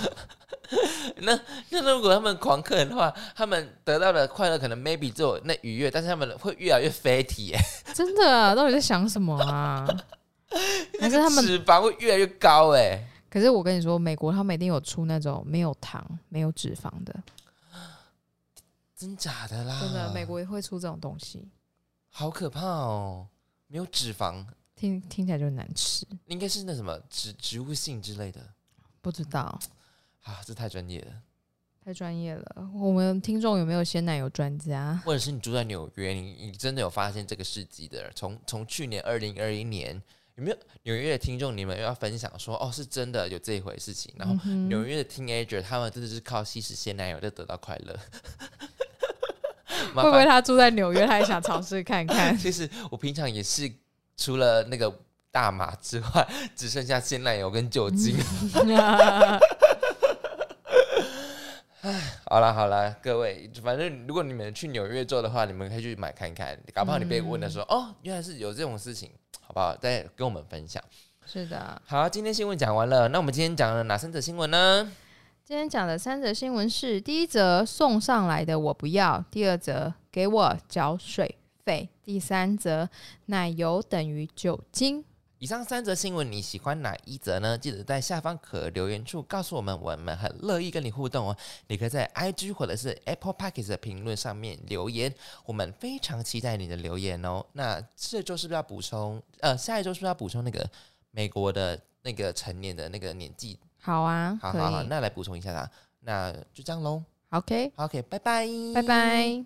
S1: 那那如果他们狂嗑的话，他们得到的快乐可能 maybe 只有那愉悦，但是他们会越来越欸 fatty，耶
S2: 真的啊、到底在想什么啊？还是他们？
S1: 脂肪会越来越高哎。
S2: 可是我跟你说，美国他们一定有出那种没有糖、没有脂肪的，
S1: 真假的啦？
S2: 真的，美国也会出这种东西，
S1: 好可怕哦，没有脂肪，
S2: 听听起来就很难吃。
S1: 应该是那什么植植物性之类的
S2: 不知道，
S1: 啊，这太专业了。
S2: 太专业了。我们听众有没有鲜奶油专家？
S1: 或者是你住在纽约，你你真的有发现这个事迹的？从从去年二零二一年，有没有纽约的听众你们要分享说哦，是真的有这一回事情？然后
S2: 嗯哼
S1: 纽约的 teenager 他们真的是靠吸食鲜奶油就得到快乐。麻
S2: 会不会
S1: 烦，？
S2: 他住在纽约，他也想尝试看看
S1: 其实我平常也是除了那个大麻之外，只剩下鲜奶油跟酒精。好了好了，各位，反正如果你们去纽约州的话，你们可以去买看看，搞不好你被问的说、哦，原来是有这种事情，好不好？再跟我们分享。
S2: 是的，
S1: 好，今天新闻讲完了，那我们今天讲了哪三则新闻呢？
S2: 今天讲的三则新闻是：第一则送上来的我不要；第二则给我缴水费；第三则奶油等于酒精。
S1: 以上三则新闻，你喜欢哪一则呢？记得在下方可留言处告诉我们，我们很乐意跟你互动哦。你可以在 IG 或者是 Apple p o c k e t 的评论上面留言，我们非常期待你的留言哦。那这周是不是要补充？呃，下一周是不是要补充那个美国的那个成年的那个年纪？
S2: 好啊，
S1: 好
S2: 可以
S1: 好好，那来补充一下啦。那就这样喽。
S2: OK，
S1: 好 OK，拜拜，
S2: 拜拜。